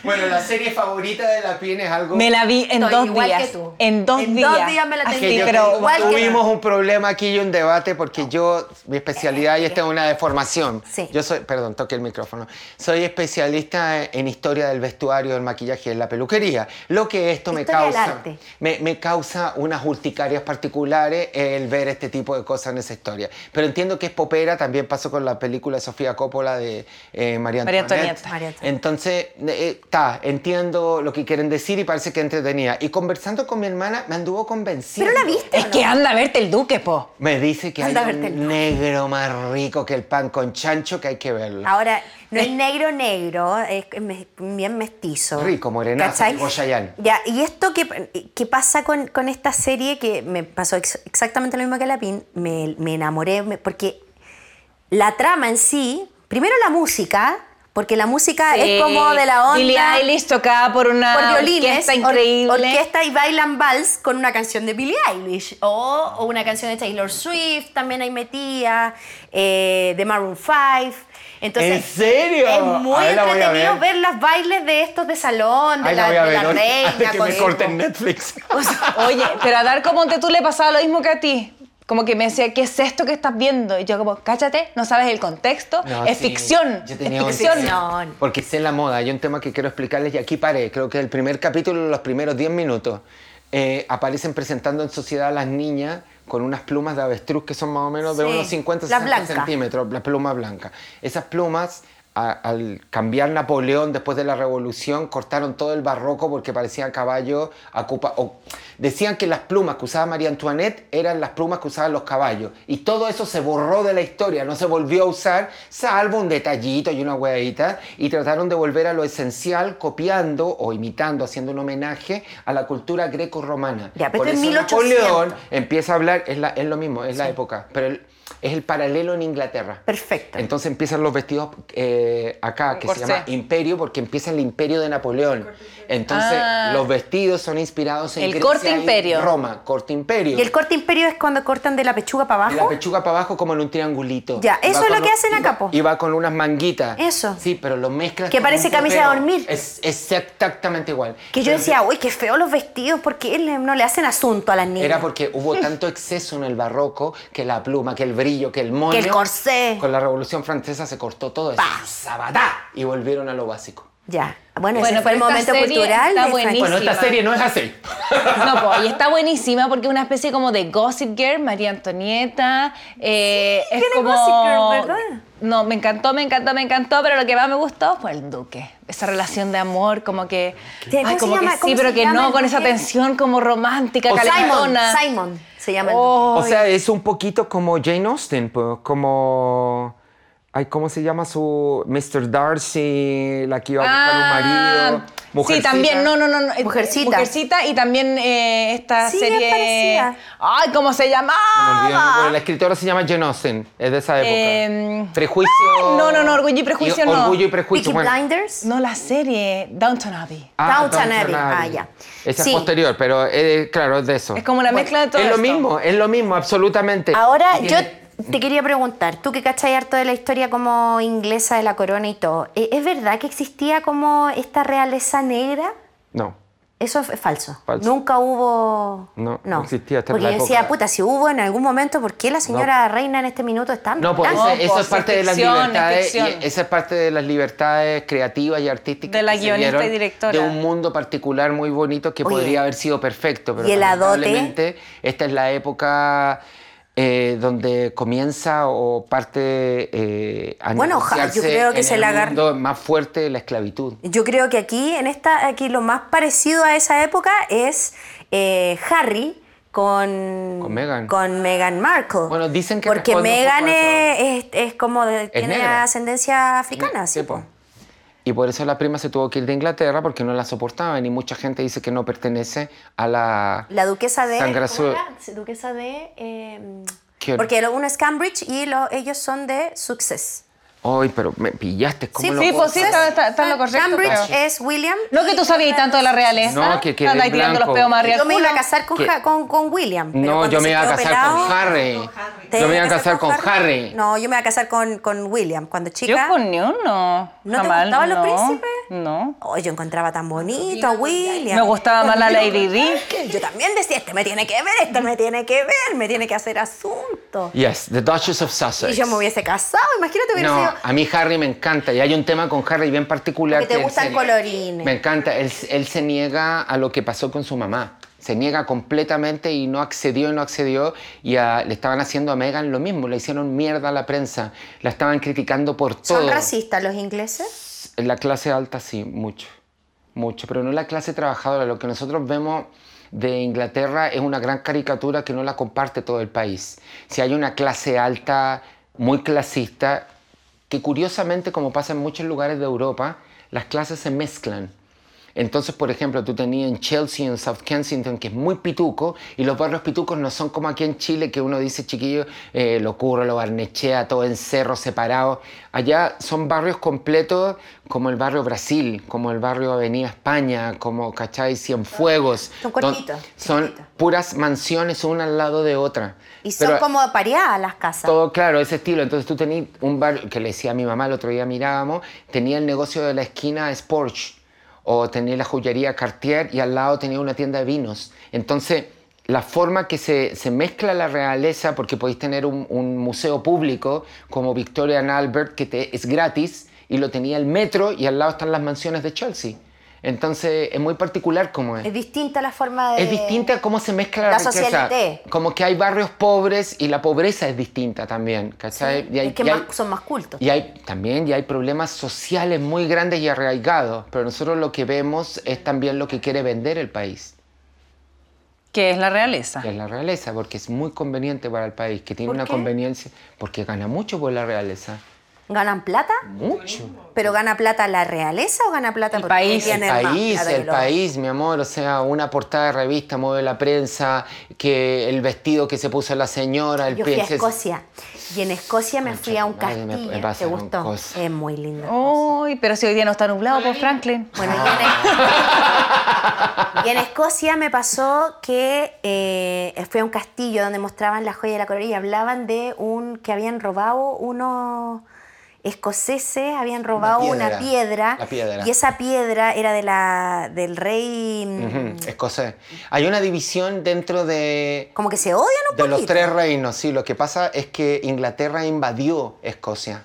Bueno, la serie favorita de la PIN es algo...
Me la vi en
Estoy
dos
igual
días.
que tú.
En dos
En
días.
dos días me la
Así,
tengo.
Ah, Que yo
pero
tengo-
igual que-
tuvimos un problema aquí y un debate porque yo, mi especialidad, y esta es una deformación.
Sí.
Yo soy, perdón, toqué el micrófono. Soy especialista en historia del vestuario, del maquillaje, de la peluquería. Lo que esto me
Historia del
causa.
arte.
Me, me causa unas urticarias particulares el ver este tipo de cosas en esa historia. Pero entiendo que es popera, también pasó con la película de Sofía Coppola de eh, María
María
Antonieta.
Antonieta.
María Antonieta.
Entonces, está, entiendo lo que quieren decir y parece que entretenida. Y conversando con mi hermana, me anduvo convencida.
Pero la viste.
Es que anda a verte el duque, po.
Me dice que hay
Anda a verte
un
el-
negro más rico que el pan con chancho que hay que verlo.
Ahora, no es negro negro, es me- bien mestizo.
Rico, morenazo,
¿Cachai?
tipo Chayanne.
Ya, y esto que, que pasa con, con esta serie que me pasó ex- exactamente lo mismo que la PIN, me, me enamoré, me- porque la trama en sí, primero la música, porque la música Ah, es como
Eh,
de la onda.
Billie Eilish tocada por una
por violines,
Ah, orquesta
or-
increíble.
orquesta y bailan vals con una canción de Billie Eilish o, o una canción de Taylor Swift, también hay metía, eh, de Maroon 5. Entonces,
¿En serio?
Es muy
Ahí la voy a
entretenido
ver.
ver. las bailes de estos de salón, de
Ahí
la,
voy a
de la
ver, ¿no?
reina.
que
con
me
su-
corten Netflix.
Oye, pero a Darko Monte tú le pasaba lo mismo que a ti. Como que me decía, ¿qué es esto que estás viendo? Y yo como, cáchate, no sabes el contexto,
No,
es
sí.
ficción,
Yo tenía
es
un-
ficción.
No, no.
Porque sé la moda. Hay un tema que quiero explicarles y aquí paré. Creo que el primer capítulo, los primeros 10 minutos, eh, aparecen presentando en sociedad a las niñas con unas plumas de avestruz que son más o menos de
Sí,
unos 50
las
60
blancas.
centímetros, las plumas blancas. Esas plumas, a- al cambiar Napoleón después de la revolución, cortaron todo el barroco porque parecían caballos. a cupa- o- decían que las plumas que usaba María Antoinette eran las plumas que usaban los caballos. Y todo eso se borró de la historia, no se volvió a usar, salvo un detallito y una hueadita. Y trataron de volver a lo esencial copiando o imitando, haciendo un homenaje a la cultura greco-romana.
Ya, pero
Por
esto es
eso
1800.
Napoleón empieza a hablar, es, la- es lo mismo, es la época, pero el- es el paralelo en Inglaterra.
Perfecto.
Entonces empiezan los vestidos eh, acá, que
Corsé.
se llama imperio, porque empieza el imperio de Napoleón. Entonces
Ah.
los vestidos son inspirados en
El
Grecia
corte
y
imperio.
Roma, corte imperio.
Y el corte imperio es cuando cortan de la pechuga para
Y la
abajo.
pechuga para abajo como en un triangulito.
Ya,
Y
eso
va
es lo
con
que
un-
hacen
y va-
acá, po.
Y va con unas manguitas.
Eso.
Sí, pero lo mezclas.
Que
con
parece
un
camisa de
ropero.
dormir.
Es es exactamente igual.
que yo
Pero
decía, uy, qué feo los vestidos, porque no le hacen asunto a las niñas.
Era porque hubo tanto exceso en el barroco que la pluma, que el brillo, que el moño.
Que el corsé.
Con la Revolución Francesa se cortó todo eso.
Pa.
¡Sabadá! Y volvieron a lo básico.
Ya. Bueno,
Bueno,
ese fue
pero
el
esta
momento
serie
cultural.
está
de
buenísima.
Francisco.
Bueno, esta
va.
serie no es así.
No, po, y está buenísima porque es una especie como de Gossip Girl, María Antonieta. eh, es
tiene
como...
Gossip Girl, ¿verdad?
No, me encantó, me encantó, me encantó, pero lo que más me gustó fue el Duque. Esa relación de amor, como que.
¿Qué?
ay,
¿Cómo se
como
llama?
que sí,
¿Cómo
pero
se
que
llama
no,
el
con esa
duque?
tensión como romántica,
Simon,
calentona.
Simon se llama. el duque.
Oh,
O sea, es un poquito como Jane Austen, po, como... Ay, ¿cómo se llama su Mr. Darcy? La que iba a buscar
Ah,
un marido. Mujercita.
Sí, también, no, no, no. no, eh,
Mujercita.
Mujercita y también eh, esta
Sí, es
serie.
parecida.
Ay, ¿cómo se
Me olvidé, no,
llamaba?
pero la escritora se llama Jane Austen, es de esa época.
Em,
prejuicio.
no, no, no, Orgullo y Prejuicio no.
Orgullo y prejuicio.
Peaky
bueno.
Blinders.
No, la serie Downton Abbey.
Downton Abbey. Ah, ya.
Esa
Sí.
es posterior, pero eh, claro, es de eso.
Es como la mezcla de todo
Es lo
esto.
mismo, es lo mismo, absolutamente.
Ahora
Y
yo
tiene
Te quería preguntar, tú que cachai harto de la historia como inglesa de la corona y todo, ¿e- ¿es verdad que existía como esta realeza negra?
No.
Eso es falso.
Falso.
Nunca hubo.
No, no existía hasta
Porque
la
yo
época-
decía, puta, si hubo en algún momento, ¿por qué la señora reina en este minuto es tan
No, pues
blanca?
No,
ese- eso
pues,
es parte
es
de las
ficción, es
libertades. y
ficción.
esa es parte de las libertades creativas y artísticas.
De la
que se
guionista
dieron
y directora.
De un mundo particular muy bonito que
Oye.
podría haber sido perfecto. Pero
¿Y el adote?
lamentablemente esta es la época. eh, donde comienza o parte eh, a
Bueno, ojalá, yo
negociarse
creo que
en
se
el
la agar-
mundo más fuerte de la esclavitud.
Yo creo que aquí, en esta, aquí lo más parecido a esa época es eh, Harry con,
Con Meghan.
con Meghan Markle.
Bueno, dicen que
Porque
responde un poco
Meghan
a
es, es- es como de- tiene
negra.
ascendencia africana, sí.
Sí, po. Y por eso la prima se tuvo que ir de Inglaterra porque no la soportaban y mucha gente dice que no pertenece a la...
La duquesa de.
Sangre
¿cómo
azul.
era? Duquesa de.
em,
eh,
¿Quién?
porque lo- uno es Cambridge y lo- ellos son de Success.
Ay, pero me pillaste, ¿cómo lo
sí,
puedo
pues sí, está, está- está en lo correcto.
Ah, Cambridge
creo.
es William.
No que tú sabías tanto de la realeza.
No, que quedé
Andáis tirando los
blanco.
peos más arriba
Yo me
al
iba a
culo.
casar con,
¿Qué?
Ja- con, con William. pero
No,
cuando
yo me
se
iba a
quedó
casar
pelado-
con Harry.
¿Te
Yo me iba
ibas
a casar con Harry.
No, yo me iba a casar con, con William cuando
Yo
chica.
con ni uno.
¿No te
Jamás,
gustaban los
no.
príncipes?
No.
Oh, yo encontraba tan bonito a William.
Me gustaba más la Lady Di.
Yo también decía, este me tiene que ver, este me tiene que ver, me tiene que hacer asunto.
Yes, The Duchess of
Y
Sussex.
yo me hubiese casado, imagínate hubiera
No,
sido...
a mí Harry me encanta y hay un tema con Harry bien particular.
Porque te
él
gustan
se-
colorines.
Me encanta, él, él se niega a lo que pasó con su mamá. Se niega completamente y no accedió y no accedió y a- le estaban haciendo a Meghan lo mismo, le hicieron mierda a la prensa, la estaban criticando por todo.
¿Son racistas los ingleses?
En la clase alta sí, mucho, mucho, pero no la clase trabajadora. Lo que nosotros vemos de Inglaterra es una gran caricatura que no la comparte todo el país. Si hay una clase alta muy clasista, que curiosamente, como pasa en muchos lugares de Europa, las clases se mezclan. Entonces, por ejemplo, tú tenías en Chelsea, en South Kensington, que es muy pituco, y los barrios pitucos no son como aquí en Chile, que uno dice, chiquillo, eh, lo curro, lo barnechea, todo en cerros separados. Allá son barrios completos, como el barrio Brasil, como el barrio Avenida España, como, ¿cachai? Cienfuegos.
Son cortitos,
Don- Son
chiquititos.
puras mansiones una al lado de otra.
Y son
Pero-
como pareadas las casas.
todo claro, ese estilo. Entonces tú tenías un bar que le decía a mi mamá el otro día mirábamos, tenía el negocio de la esquina Sporch o tenía la joyería Cartier y al lado tenía una tienda de vinos. Entonces la forma que se, se mezcla la realeza, porque podéis tener un, un museo público como Victoria and Albert que te, es gratis y lo tenía el metro y al lado están las mansiones de Chelsea. Entonces es muy particular como
Es distinta la forma de...
es distinta cómo se mezcla la,
Eh, la
riqueza.
socialité.
Como que hay barrios pobres y la pobreza es distinta también, ¿cachai? y hay,
es que
y hay-
más- son más cultos.
y hay también y hay problemas sociales muy grandes y arraigados, pero nosotros lo que vemos es también lo que quiere vender el país,
Que es la realeza.
que es la realeza, porque es muy conveniente para el país, que tiene
Ah. ¿Por
una
qué?
conveniencia, porque gana mucho por la realeza,
¿Ganan plata?
mucho.
¿Pero gana plata la realeza o gana plata
El
porque
país,
tienen más
el país,
plata que
el
los-
país, mi amor. O sea, una portada de revista mueve la prensa, que el vestido que se puso la señora, el
Yo fui a
princes-
Escocia y en Escocia me
Concha
fui a
tu
un
madre, me- me
castillo. ¿Te
pasaron
gustó?
cosas.
Es muy lindo.
Oh.
Uy, pero si hoy día no está nublado, pues Franklin.
Bueno, y en, y en Escocia me pasó que eh, fui a un castillo donde mostraban la joya de la corona y hablaban de un que habían robado unos escoceses, habían robado una
piedra.
piedra,
La piedra.
y esa piedra era de la del rey, mm,
Ujú, escocés. Hay una división dentro de,
como que se odian un
de
poquito.
los tres reinos, sí. Lo que pasa es que Inglaterra invadió Escocia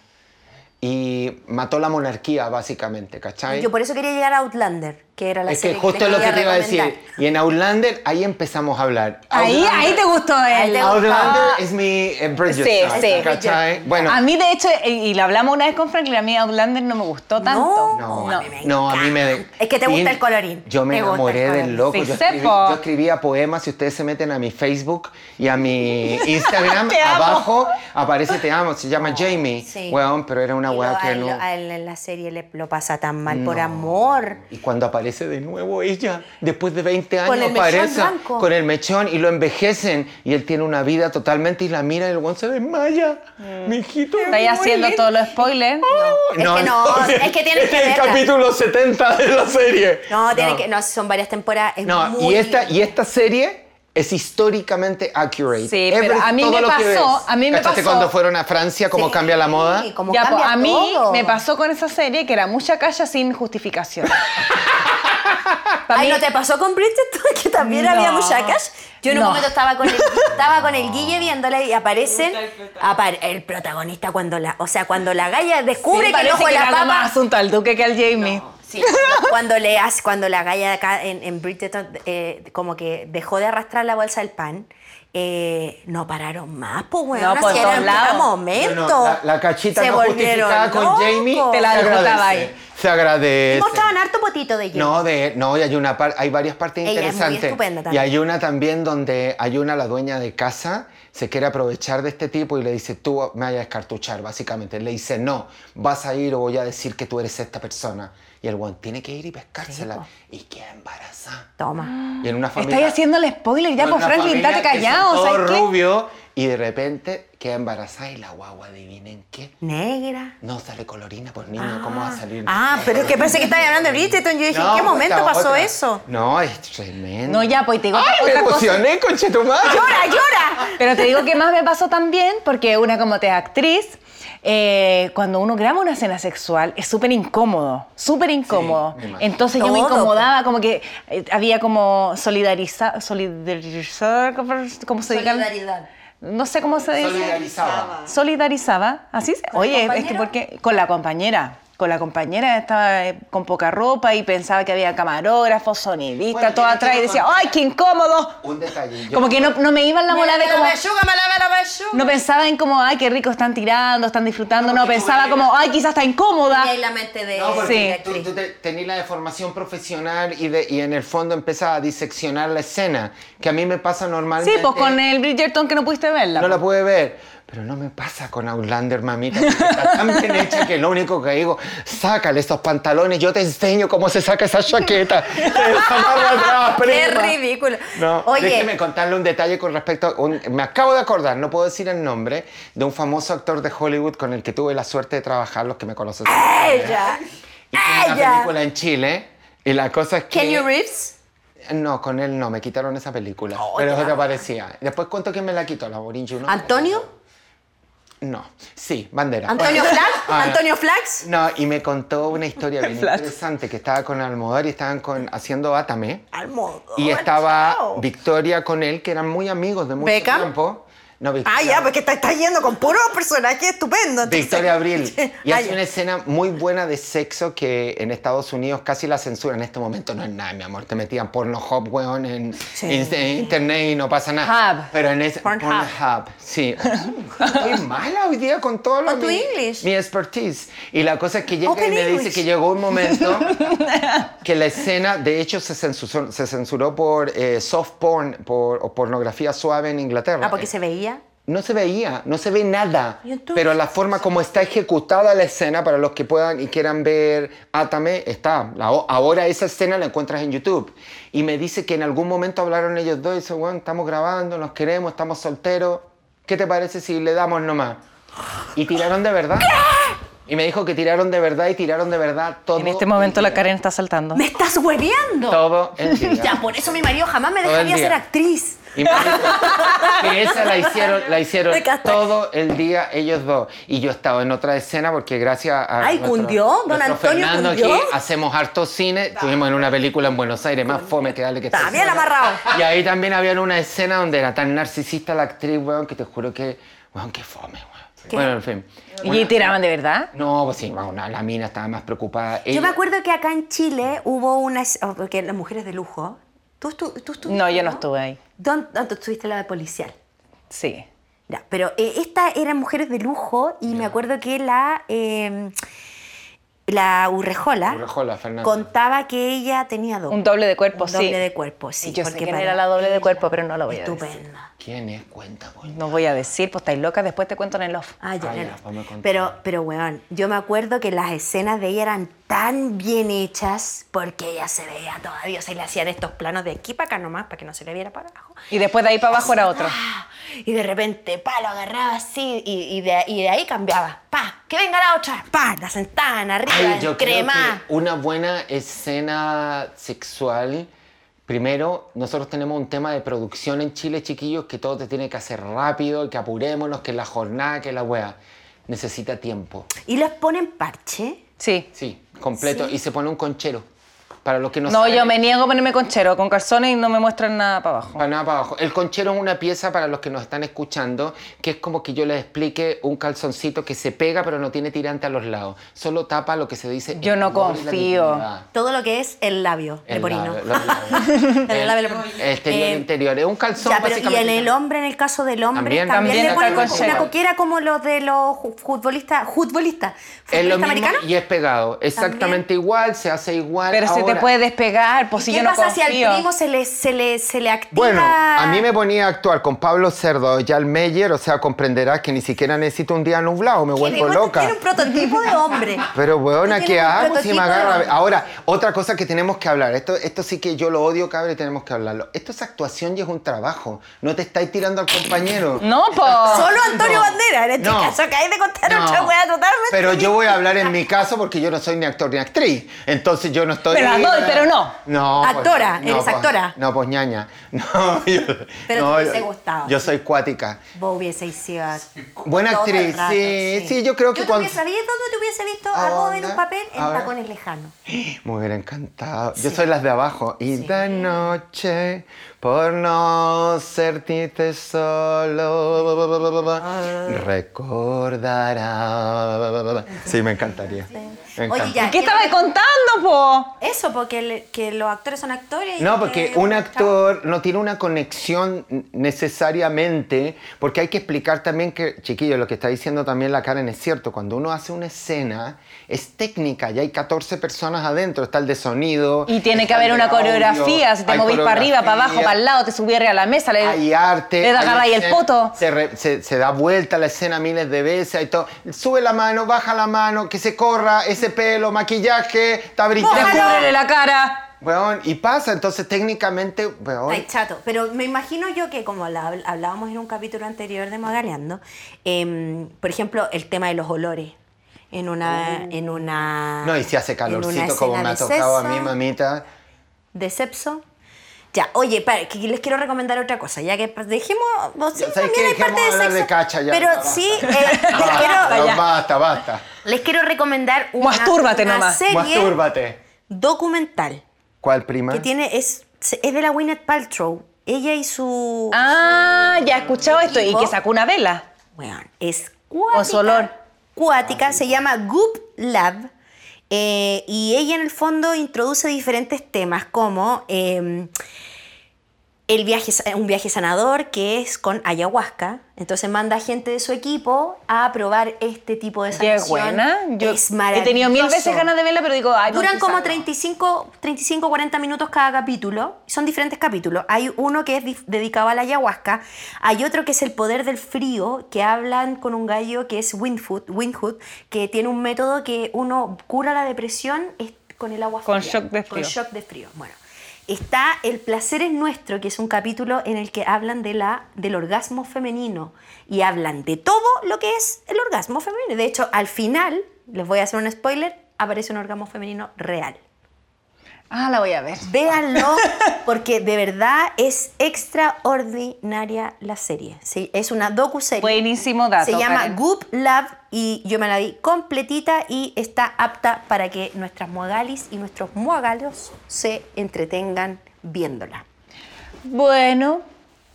y mató la monarquía, básicamente, ¿cachai?
Yo por eso quería llegar a Outlander, que era la
es que
serie
justo
les
lo que
quería
te iba a
recomendar.
decir. Y en Outlander, ahí empezamos a hablar.
Ahí,
Outlander-
ahí te gustó
Ahí
él.
te gustó.
Outlander es mi eh, Bridgerton,
Sí, sí.
¿cachai? Bueno,
A mí, de hecho, y y lo hablamos una vez con Franklin, a mí Outlander no me gustó tanto.
No,
No.
no, no, a mí me.
Es que te gusta el colorín.
Yo me
Te gusta el
enamoré
colorín.
del loco.
Sí,
yo,
sé,
escribí-
po.
yo escribía poemas. Si ustedes se meten a mi Facebook y a mi Instagram,
Te amo.
abajo aparece Te amo. Se llama Jamie.
Oh, sí.
Weón, pero era una
Y
weá
lo- a
que
él-
no.
a él en la serie le, lo pasa tan mal por
No.
amor.
Y cuando aparece de nuevo ella, después de 20 años,
Con el mechón
aparece
blanco.
con el mechón y lo envejecen. Y él tiene una vida totalmente y la mira y el weón se desmaya.
Mm.
Mi hijito.
¿Estáis haciendo todos los spoilers?
Es que no, es que tienes
este
que
es el
verla.
capítulo 70 de la serie.
No, tiene que. No, son varias temporadas. Es
No,
muy
y esta, y esta serie es históricamente accurate.
Sí, pero a mí
todo
me
lo que
pasó,
ves.
a mí me
¿Cachaste
pasó.
cuando fueron a Francia cómo
Sí,
cambia la moda?
cómo
Ya,
cambia
pues, a mí
todo.
me pasó con esa serie que era mucha calla sin justificación. Pa'
Ay,
mí-
¿no te pasó con Bridget? Que también
No.
había mucha cash. Yo en un
No.
momento estaba con el, estaba con el Guille viéndola y aparecen apare- el protagonista cuando la, o sea, cuando la galla
Sí,
descubre que el
parece
ojo de
que
la
le hago
papa
más asunto al duque que al Jamie.
Sí, cuando le hace, cuando la galla acá en, en Bridgerton eh, como que dejó de arrastrar la bolsa del pan, eh, no pararon más, pues bueno,
No, por
si
todos
era un
lados.
momento.
No, no, la, la cachita
Se
no
volvieron
justificada con
locos.
Jamie
Te la
se
disfrutaba
agradece,
ahí.
Se agradece.
Y mostraban harto potito de Jimmy.
No, de, no, y hay una par- hay varias partes
Ella es muy
interesantes.
estupenda
y
también.
hay una también donde hay una, la dueña de casa, se quiere aprovechar de este tipo y le dice, tú me vas a descartuchar, básicamente. Le dice, no, vas a ir o voy a decir que tú eres esta persona. Y el guan tiene que ir y pescársela.
Sí, po.
y queda embarazada.
Toma.
Y en una familia...
Estáis haciendo el spoiler ya,
en
pues,
por
una
Franklin,
familia
date
que son
callado.
todos
¿sabes qué?
rubio y de repente queda embarazada y la guagua, adivinen qué.
Negra.
No sale colorina, pues niño, ¿cómo va a salir?
Ah, pero es que parece que estaba hablando de Bridgerton. Yo dije, ¿en
No,
qué
pues,
momento
la
pasó
otra.
eso?
No, es tremendo.
No, ya, pues te digo
Ay, me
otra cosa.
emocioné, conchetumar.
¡Llora, llora!
Pero te digo que más me pasó también, porque una como te es actriz, eh, cuando uno graba una escena sexual es súper incómodo, súper incómodo.
me imagino.
Entonces yo me
Todo,
incomodaba, como que eh, había como solidariza, solidarizar, ¿cómo se diga? No sé cómo se dice.
Solidarizaba.
Solidarizaba, así se.
¿Con el
Oye, es que
compañero?
porque con la compañera. Con la compañera estaba eh, con poca ropa y pensaba que había camarógrafo, sonidista,
Bueno,
todo
yo no
atrás y
quiero
decía,
contar.
¡ay, qué incómodo!
Un detalle. yo-
Como que no, no me iba en la bola de como... No pensaba en como, ay, qué rico están tirando, están disfrutando. No, pensaba como, ay, quizás está incómoda.
Y ahí la mente de,
No,
Ah. Sí.
porque
de
tú,
actriz.
tú te- tenés la deformación profesional y, de- y en el fondo empezás a diseccionar la escena, que a mí me pasa
Sí,
normalmente.
pues con el Bridgerton que no pudiste verla. pues.
No la pude ver, pero no me pasa con Outlander, mamita. porque Está tan bien hecha que lo único que digo, sácale esos pantalones, yo te enseño cómo se saca esa chaqueta. Te desamarro atrás,
¡Qué
prima.
ridículo!
No, déjeme
Oye,
contarle un detalle con respecto a un- me acabo de acordar, no puedo decir el nombre, de un famoso actor de Hollywood con el que tuve la suerte de trabajar, los que me conocen.
ella.
Hice una
¡Ella!
película en Chile y la cosa es que...
Kenny Reeves.
No, con él no, me quitaron esa película,
Oh,
pero es
ya.
otra parecía. Después cuento quién me la quitó, la Borinche. ¿no?
¿Antonio?
No, sí, Bandera.
¿Antonio
Bueno.
Flax?
Ah,
¿Antonio Flax?
No, y me contó una historia bien
Flash.
interesante, que estaba con Almodóvar y estaban con, haciendo Atame.
Almodóvar,
Y estaba
Oh, chao.
Victoria con él, que eran muy amigos de mucho
¿Beckham?
tiempo. No, Victoria.
Ah, ya, porque está, está yendo con puro personaje estupendo. entonces-
Victoria Abril. Y
Ah,
hace
ya.
una escena muy buena de sexo que en Estados Unidos casi la censura. En este momento no es nada, mi amor. Te metían porno hop, weón, en, en- en internet y no pasa nada.
Hub.
Pero en ese
Pornhub.
Pornhub, Sí. Estoy mala hoy día con todo lo
Con tu
mi-
English.
Mi expertise. Y la cosa es que llega
Open
y me dice
English.
que llegó un momento que la escena, de hecho, se censuró, se censuró por eh, soft porn por, o pornografía suave en Inglaterra.
Ah, porque se veía.
No se veía, no se ve nada.
¿Y entonces?
Pero la forma como está ejecutada la escena, para los que puedan y quieran ver Atame, está. La o- ahora esa escena la encuentras en YouTube. Y me dice que en algún momento hablaron ellos dos y dice, bueno, estamos grabando, nos queremos, estamos solteros. ¿Qué te parece si le damos nomás? Y tiraron de verdad. Y me dijo que tiraron de verdad y tiraron de verdad todo.
En este momento
el
la
día.
Karen está saltando.
¡Me estás hueveando!
Todo el día.
Ya, por eso mi marido jamás me
Todo el
dejaría
día.
ser actriz.
Y me dijo que esa la hicieron, la hicieron
Me encanta.
todo el día ellos dos. Y yo estaba en otra escena porque gracias a
Ay, cundió, don
nuestro
Antonio
Fernando
cundió.
aquí hacemos harto cine. Estuvimos en una película en Buenos Aires, más fome que dale que está
También
haciendo.
amarrado.
Y ahí también había una escena donde era tan narcisista la actriz, weón, que te juro que, weón, qué fome, weón. Bueno, en fin.
Y tiraban de verdad.
No, pues sí, weón, la mina estaba más preocupada.
Yo
Ella-
me acuerdo que acá en Chile hubo unas. oh, Porque las mujeres de lujo. ¿Tú, estu- tú estuviste?
No, yo no estuve ahí.
¿Dónde dónde estuviste la de policial?
Sí.
Ya, pero eh, estas eran mujeres de lujo y me acuerdo que la, eh, la Urrejola,
Urrejola, Fernanda.
contaba que ella tenía dos.
Un doble de cuerpo,
Un
sí.
doble de cuerpo, sí.
Y yo sé quién
para
era la doble de
ella-
cuerpo, pero no lo voy a decir.
Estupenda.
¿Quién es? Cuenta, weón.
No voy a decir, pues estáis locas, después te cuento en el off.
Ah, ya,
Ah,
ya,
ya,
no.
pues me contó.
Pero, pero, weón, yo me acuerdo que las escenas de ella eran tan bien hechas porque ella se veía todavía, se le hacían estos planos de aquí para acá nomás, para que no se le viera para abajo.
Y después de ahí para abajo era otro.
¡Ah! Y de repente, pa, lo agarraba así y, y de, y de ahí cambiaba. Pa, que venga la otra. Pa, la sentaban arriba,
Ay,
en
yo creo
crema.
que una buena escena sexual Primero, nosotros tenemos un tema de producción en Chile, chiquillos, que todo te tiene que hacer rápido, que apurémonos, que la jornada, que la wea. Necesita tiempo.
¿Y los ponen parche?
Sí.
Sí, completo.
Sí.
Y se pone un conchero. Para los que no,
No,
saben,
yo me niego a ponerme conchero, con calzones y no me muestran nada para abajo.
Para nada para abajo. El conchero es una pieza para los que nos están escuchando, que es como que yo les explique un calzoncito que se pega pero no tiene tirante a los lados. Solo tapa lo que se dice.
Yo
el
no
color y la
confío.
dignidad.
Todo lo que es el labio
El
leporino.
labio, los labios.
El labio leporino.
El exterior,
Eh,
interior. Es un calzón
Ya, pero y
básicamente.
en el hombre, en el caso del hombre,
También,
también,
también
le
está
ponen
con
una,
cera.
coquera como los de los ju- futbolistas, futbolistas,
Es
futbolistas
lo mismo
americanos.
y es pegado. Exactamente igual, se hace igual.
Pero se te
ahora.
puede despegar, pues si
¿Qué
yo no
pasa
confío.
si al primo se le, se le, se le activa?
Bueno, a mí me ponía a actuar con Pablo Cerdo, Yal Meyer, o sea, comprenderás que ni siquiera necesito un día nublado, me
Tiene-
vuelvo loca.
Tiene un prototipo de hombre.
Pero weona,
Tú
¿qué
tienes un
hago si me
prototipo de
agarra?
hombre.
Ahora, otra cosa que tenemos que hablar, esto, esto sí que yo lo odio, cabrón, y tenemos que hablarlo. Esto es actuación y es un trabajo. No te estáis tirando al compañero.
No, pues.
Solo Antonio Bandera, en este
No.
caso, acabáis de contar
No.
otra wea totalmente.
Pero yo voy a hablar en mi caso porque yo no soy ni actor ni actriz. Entonces yo no estoy.
Pero
ahí,
actor,
¿no?
pero no.
No. pues,
Actora,
no,
eres
pues,
actora.
No, pues ñaña. No, yo,
Pero
no,
te hubiese
yo-
gustado.
Yo soy cuática.
Vos hubiese sido
Buena
todo el
actriz,
rato,
sí, sí, yo creo que
te
cuando-
hubiese- ¿Sabías dónde te hubiese visto
¿A
algo en
dónde?
un papel? En
A ver.
Tacones Lejanos.
Me hubiera encantado. Yo
Sí.
soy las de abajo. Y
Sí.
de noche, por no sentirte solo,
Ah.
recordará. Sí, me encantaría. Me
Oye,
encanta.
ya.
¿Qué estaba contando, po?
Eso, porque el- que los actores son actores. y
No,
que
Eh,
porque un
chao.
actor no tiene una conexión necesariamente, porque hay que explicar también que, chiquillo, lo que está diciendo también la Karen es cierto, cuando uno hace una escena es técnica y hay 14 personas adentro, está el de sonido.
Y tiene que
está el
haber
de
una
audio,
coreografía, si te
hay
movís para arriba, para abajo,
coreografía,
para el lado, te subís arriba a la mesa, le,
Hay arte.
le
hay
agarráis el
escena,
poto.
Se, re- se- se da vuelta la escena miles de veces. hay todo. Sube la mano, baja la mano, que se corra, ese pelo, maquillaje, está brillando.
Descúbrele la cara.
Weón, y pasa, entonces técnicamente, weón,
Ay, chato. Pero me imagino yo que, como la- hablábamos en un capítulo anterior de Magaleando, em, por ejemplo, el tema de los olores. En una.
Oh.
En una
No, y si hace
en una
calorcito como
escena
me ha
de
tocado a
sexo.
mí, mamita.
de Cepso. Ya, oye, para, que les quiero recomendar otra cosa, ya que pues, dejemos. o sí,
Ya, ¿sabes qué?
también hay
Dejemos
parte de
hablar
sexo.
de cacha ya,
pero
ya basta.
sí, eh, les,
Basta,
quiero,
no, basta, basta.
les quiero recomendar una,
Mastúrbate
una
nomás.
serie
Mastúrbate.
documental
¿Cuál prima?
que tiene. Es, es de la Gwyneth Paltrow. Ella y su.
Ah, ya he escuchado esto. Y que sacó una vela.
Weón, es cuática.
Con su olor.
Cuática, se llama Goop Lab. eh, y ella en el fondo introduce diferentes temas como eh, el viaje, sa- un viaje sanador que es con ayahuasca. Entonces manda a gente de su equipo a probar este tipo de
Qué
sanación.
buena. Yo
es
he tenido mil veces
maravilloso.
ganas de verla, pero digo, ay, no,
Duran
quizá
como
no.
35, 35, 40 minutos cada capítulo. Son diferentes capítulos. Hay uno que es dif- dedicado a la ayahuasca. Hay otro que es el poder del frío, que hablan con un gallo que es Winfoot, Winhood, que tiene un método que uno cura la depresión es- con el agua
Con
fría,
shock de
con
frío.
shock de frío. Bueno, está El placer es nuestro, que es un capítulo en el que hablan de la, del orgasmo femenino y hablan de todo lo que es el orgasmo femenino. De hecho, al final, les voy a hacer un spoiler, aparece un orgasmo femenino real.
Ah, la voy a ver.
Véanlo, porque de verdad es extraordinaria la serie. Sí, es una docu-serie.
Buenísimo dato.
Se llama
Karen.
Goop Lab y yo me la vi completita y está apta para que nuestras muagalis y nuestros muagalos se entretengan viéndola.
Bueno,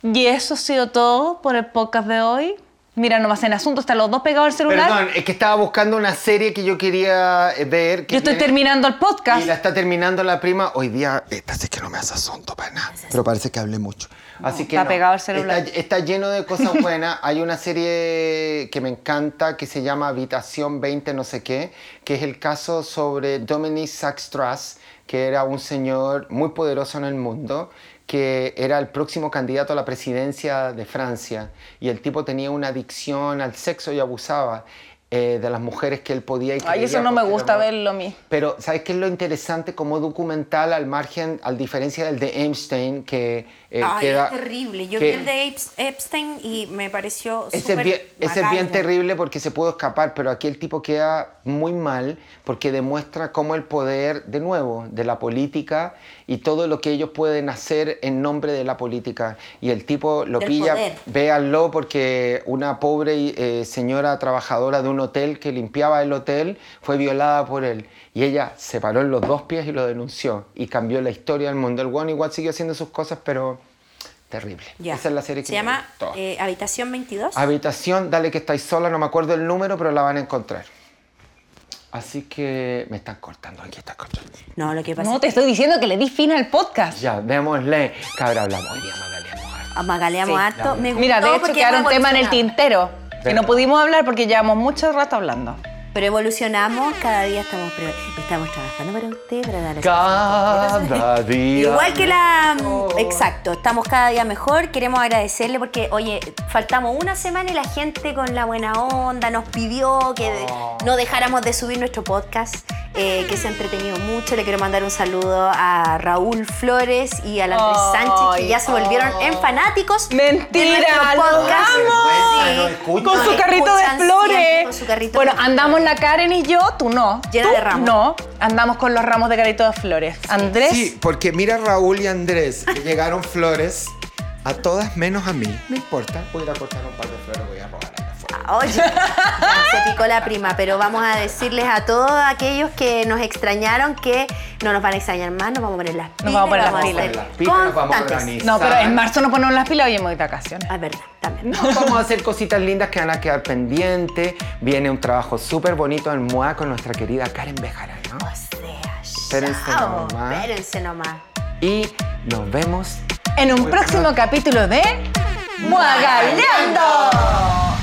y eso ha sido todo por el podcast de hoy. Mira, nomás en asunto están los dos pegados al celular.
Perdón, es que estaba buscando una serie que yo quería eh, ver. Que
Yo estoy
viene-
terminando el podcast.
Y la está terminando la prima. Hoy día, esta sí que no me hace asunto para nada. Pero parece que hablé mucho. Así que
está
no.
pegado al celular.
Está, está lleno de cosas buenas. Hay una serie que me encanta que se llama Habitación 20 no sé qué, que es el caso sobre Dominic Saxtras, que era un señor muy poderoso en el mundo que era el próximo candidato a la presidencia de Francia y el tipo tenía una adicción al sexo y abusaba. eh, de las mujeres que él podía y que
Ay, eso
quería
no me
coger,
gusta
¿no?
verlo a mí.
Pero, ¿sabes qué es lo interesante? Como documental, al margen, al diferencia del de Einstein, que eh,
Ay,
queda.
es terrible. Yo
que-
vi el de Eps- Epstein y me pareció
ese es
súper
bien, ese es bien
macabro.
terrible porque se pudo escapar, pero aquí el tipo queda muy mal porque demuestra cómo el poder, de nuevo, de la política y todo lo que ellos pueden hacer en nombre de la política. Y el tipo lo
Del
pilla,
poder.
véanlo, porque una pobre eh, señora trabajadora de un hotel que limpiaba el hotel fue violada por él. Y ella se paró en los dos pies y lo denunció. Y cambió la historia del mundo. El one igual siguió haciendo sus cosas, pero terrible.
Ya.
Esa es la serie que
Se
me
llama
gustó. Ah.
eh, Habitación 22.
Habitación, dale que estáis sola, no me acuerdo el número, pero la van a encontrar. Así que me están cortando, aquí está cortando.
No, lo que pasa
No,
es
te estoy diciendo que le di fin al podcast.
Ya, démosle. Cabra, hablamos hoy día, Magdalena.
que magaleamos
Sí.
harto. Me
Mira,
gustó
de hecho
porque
quedaron
hemos
temas en el
evolucionado.
tintero que
Verdad.
no pudimos hablar porque llevamos mucho rato hablando.
Pero evolucionamos, cada día estamos, pre- estamos trabajando para usted, para dar
Cada día.
Igual que la. Exacto, estamos cada día mejor. Queremos agradecerle porque, oye, faltamos una semana y la gente con la buena onda nos pidió que de- no dejáramos de subir nuestro podcast, eh, que se ha entretenido mucho. Le quiero mandar un saludo a Raúl Flores y al Andrés
Ay,
Sánchez, que ya se volvieron en fanáticos. de
Mentira,
nuestro
lo
podcast.
amo.
Sí.
No escuchan.
Con
No
su carrito de
escuchan, siempre
flores.
Con su carrito
bueno,
de flores.
andamos la Karen y yo, tú no.
Llena
Tú
de ramos.
No, andamos con los ramos de carrito de flores. Andrés,
Sí, porque mira Raúl y Andrés, que llegaron flores a todas menos a mí. No importa, voy a ir a cortar un par de flores, voy a robar acá afuera.
Oye, ya, se picó la prima, pero vamos a decirles a todos aquellos que nos extrañaron que no nos van a extrañar más, nos vamos a poner las pilas.
vamos a poner las pilas.
ser
Las pilas, nos vamos a
constantes.
organizar.
no, pero en marzo no ponemos las pilas y hemos ido de vacaciones.
Ah, Es verdad, también.
Vamos a hacer cositas lindas que van a quedar pendientes. Viene un trabajo súper bonito en MOA con nuestra querida Karen Bejarano.
O sea,
Espérense
chao,
nomás.
Espérense nomás.
Y nos vemos
En un próximo capítulo de Muagaleando.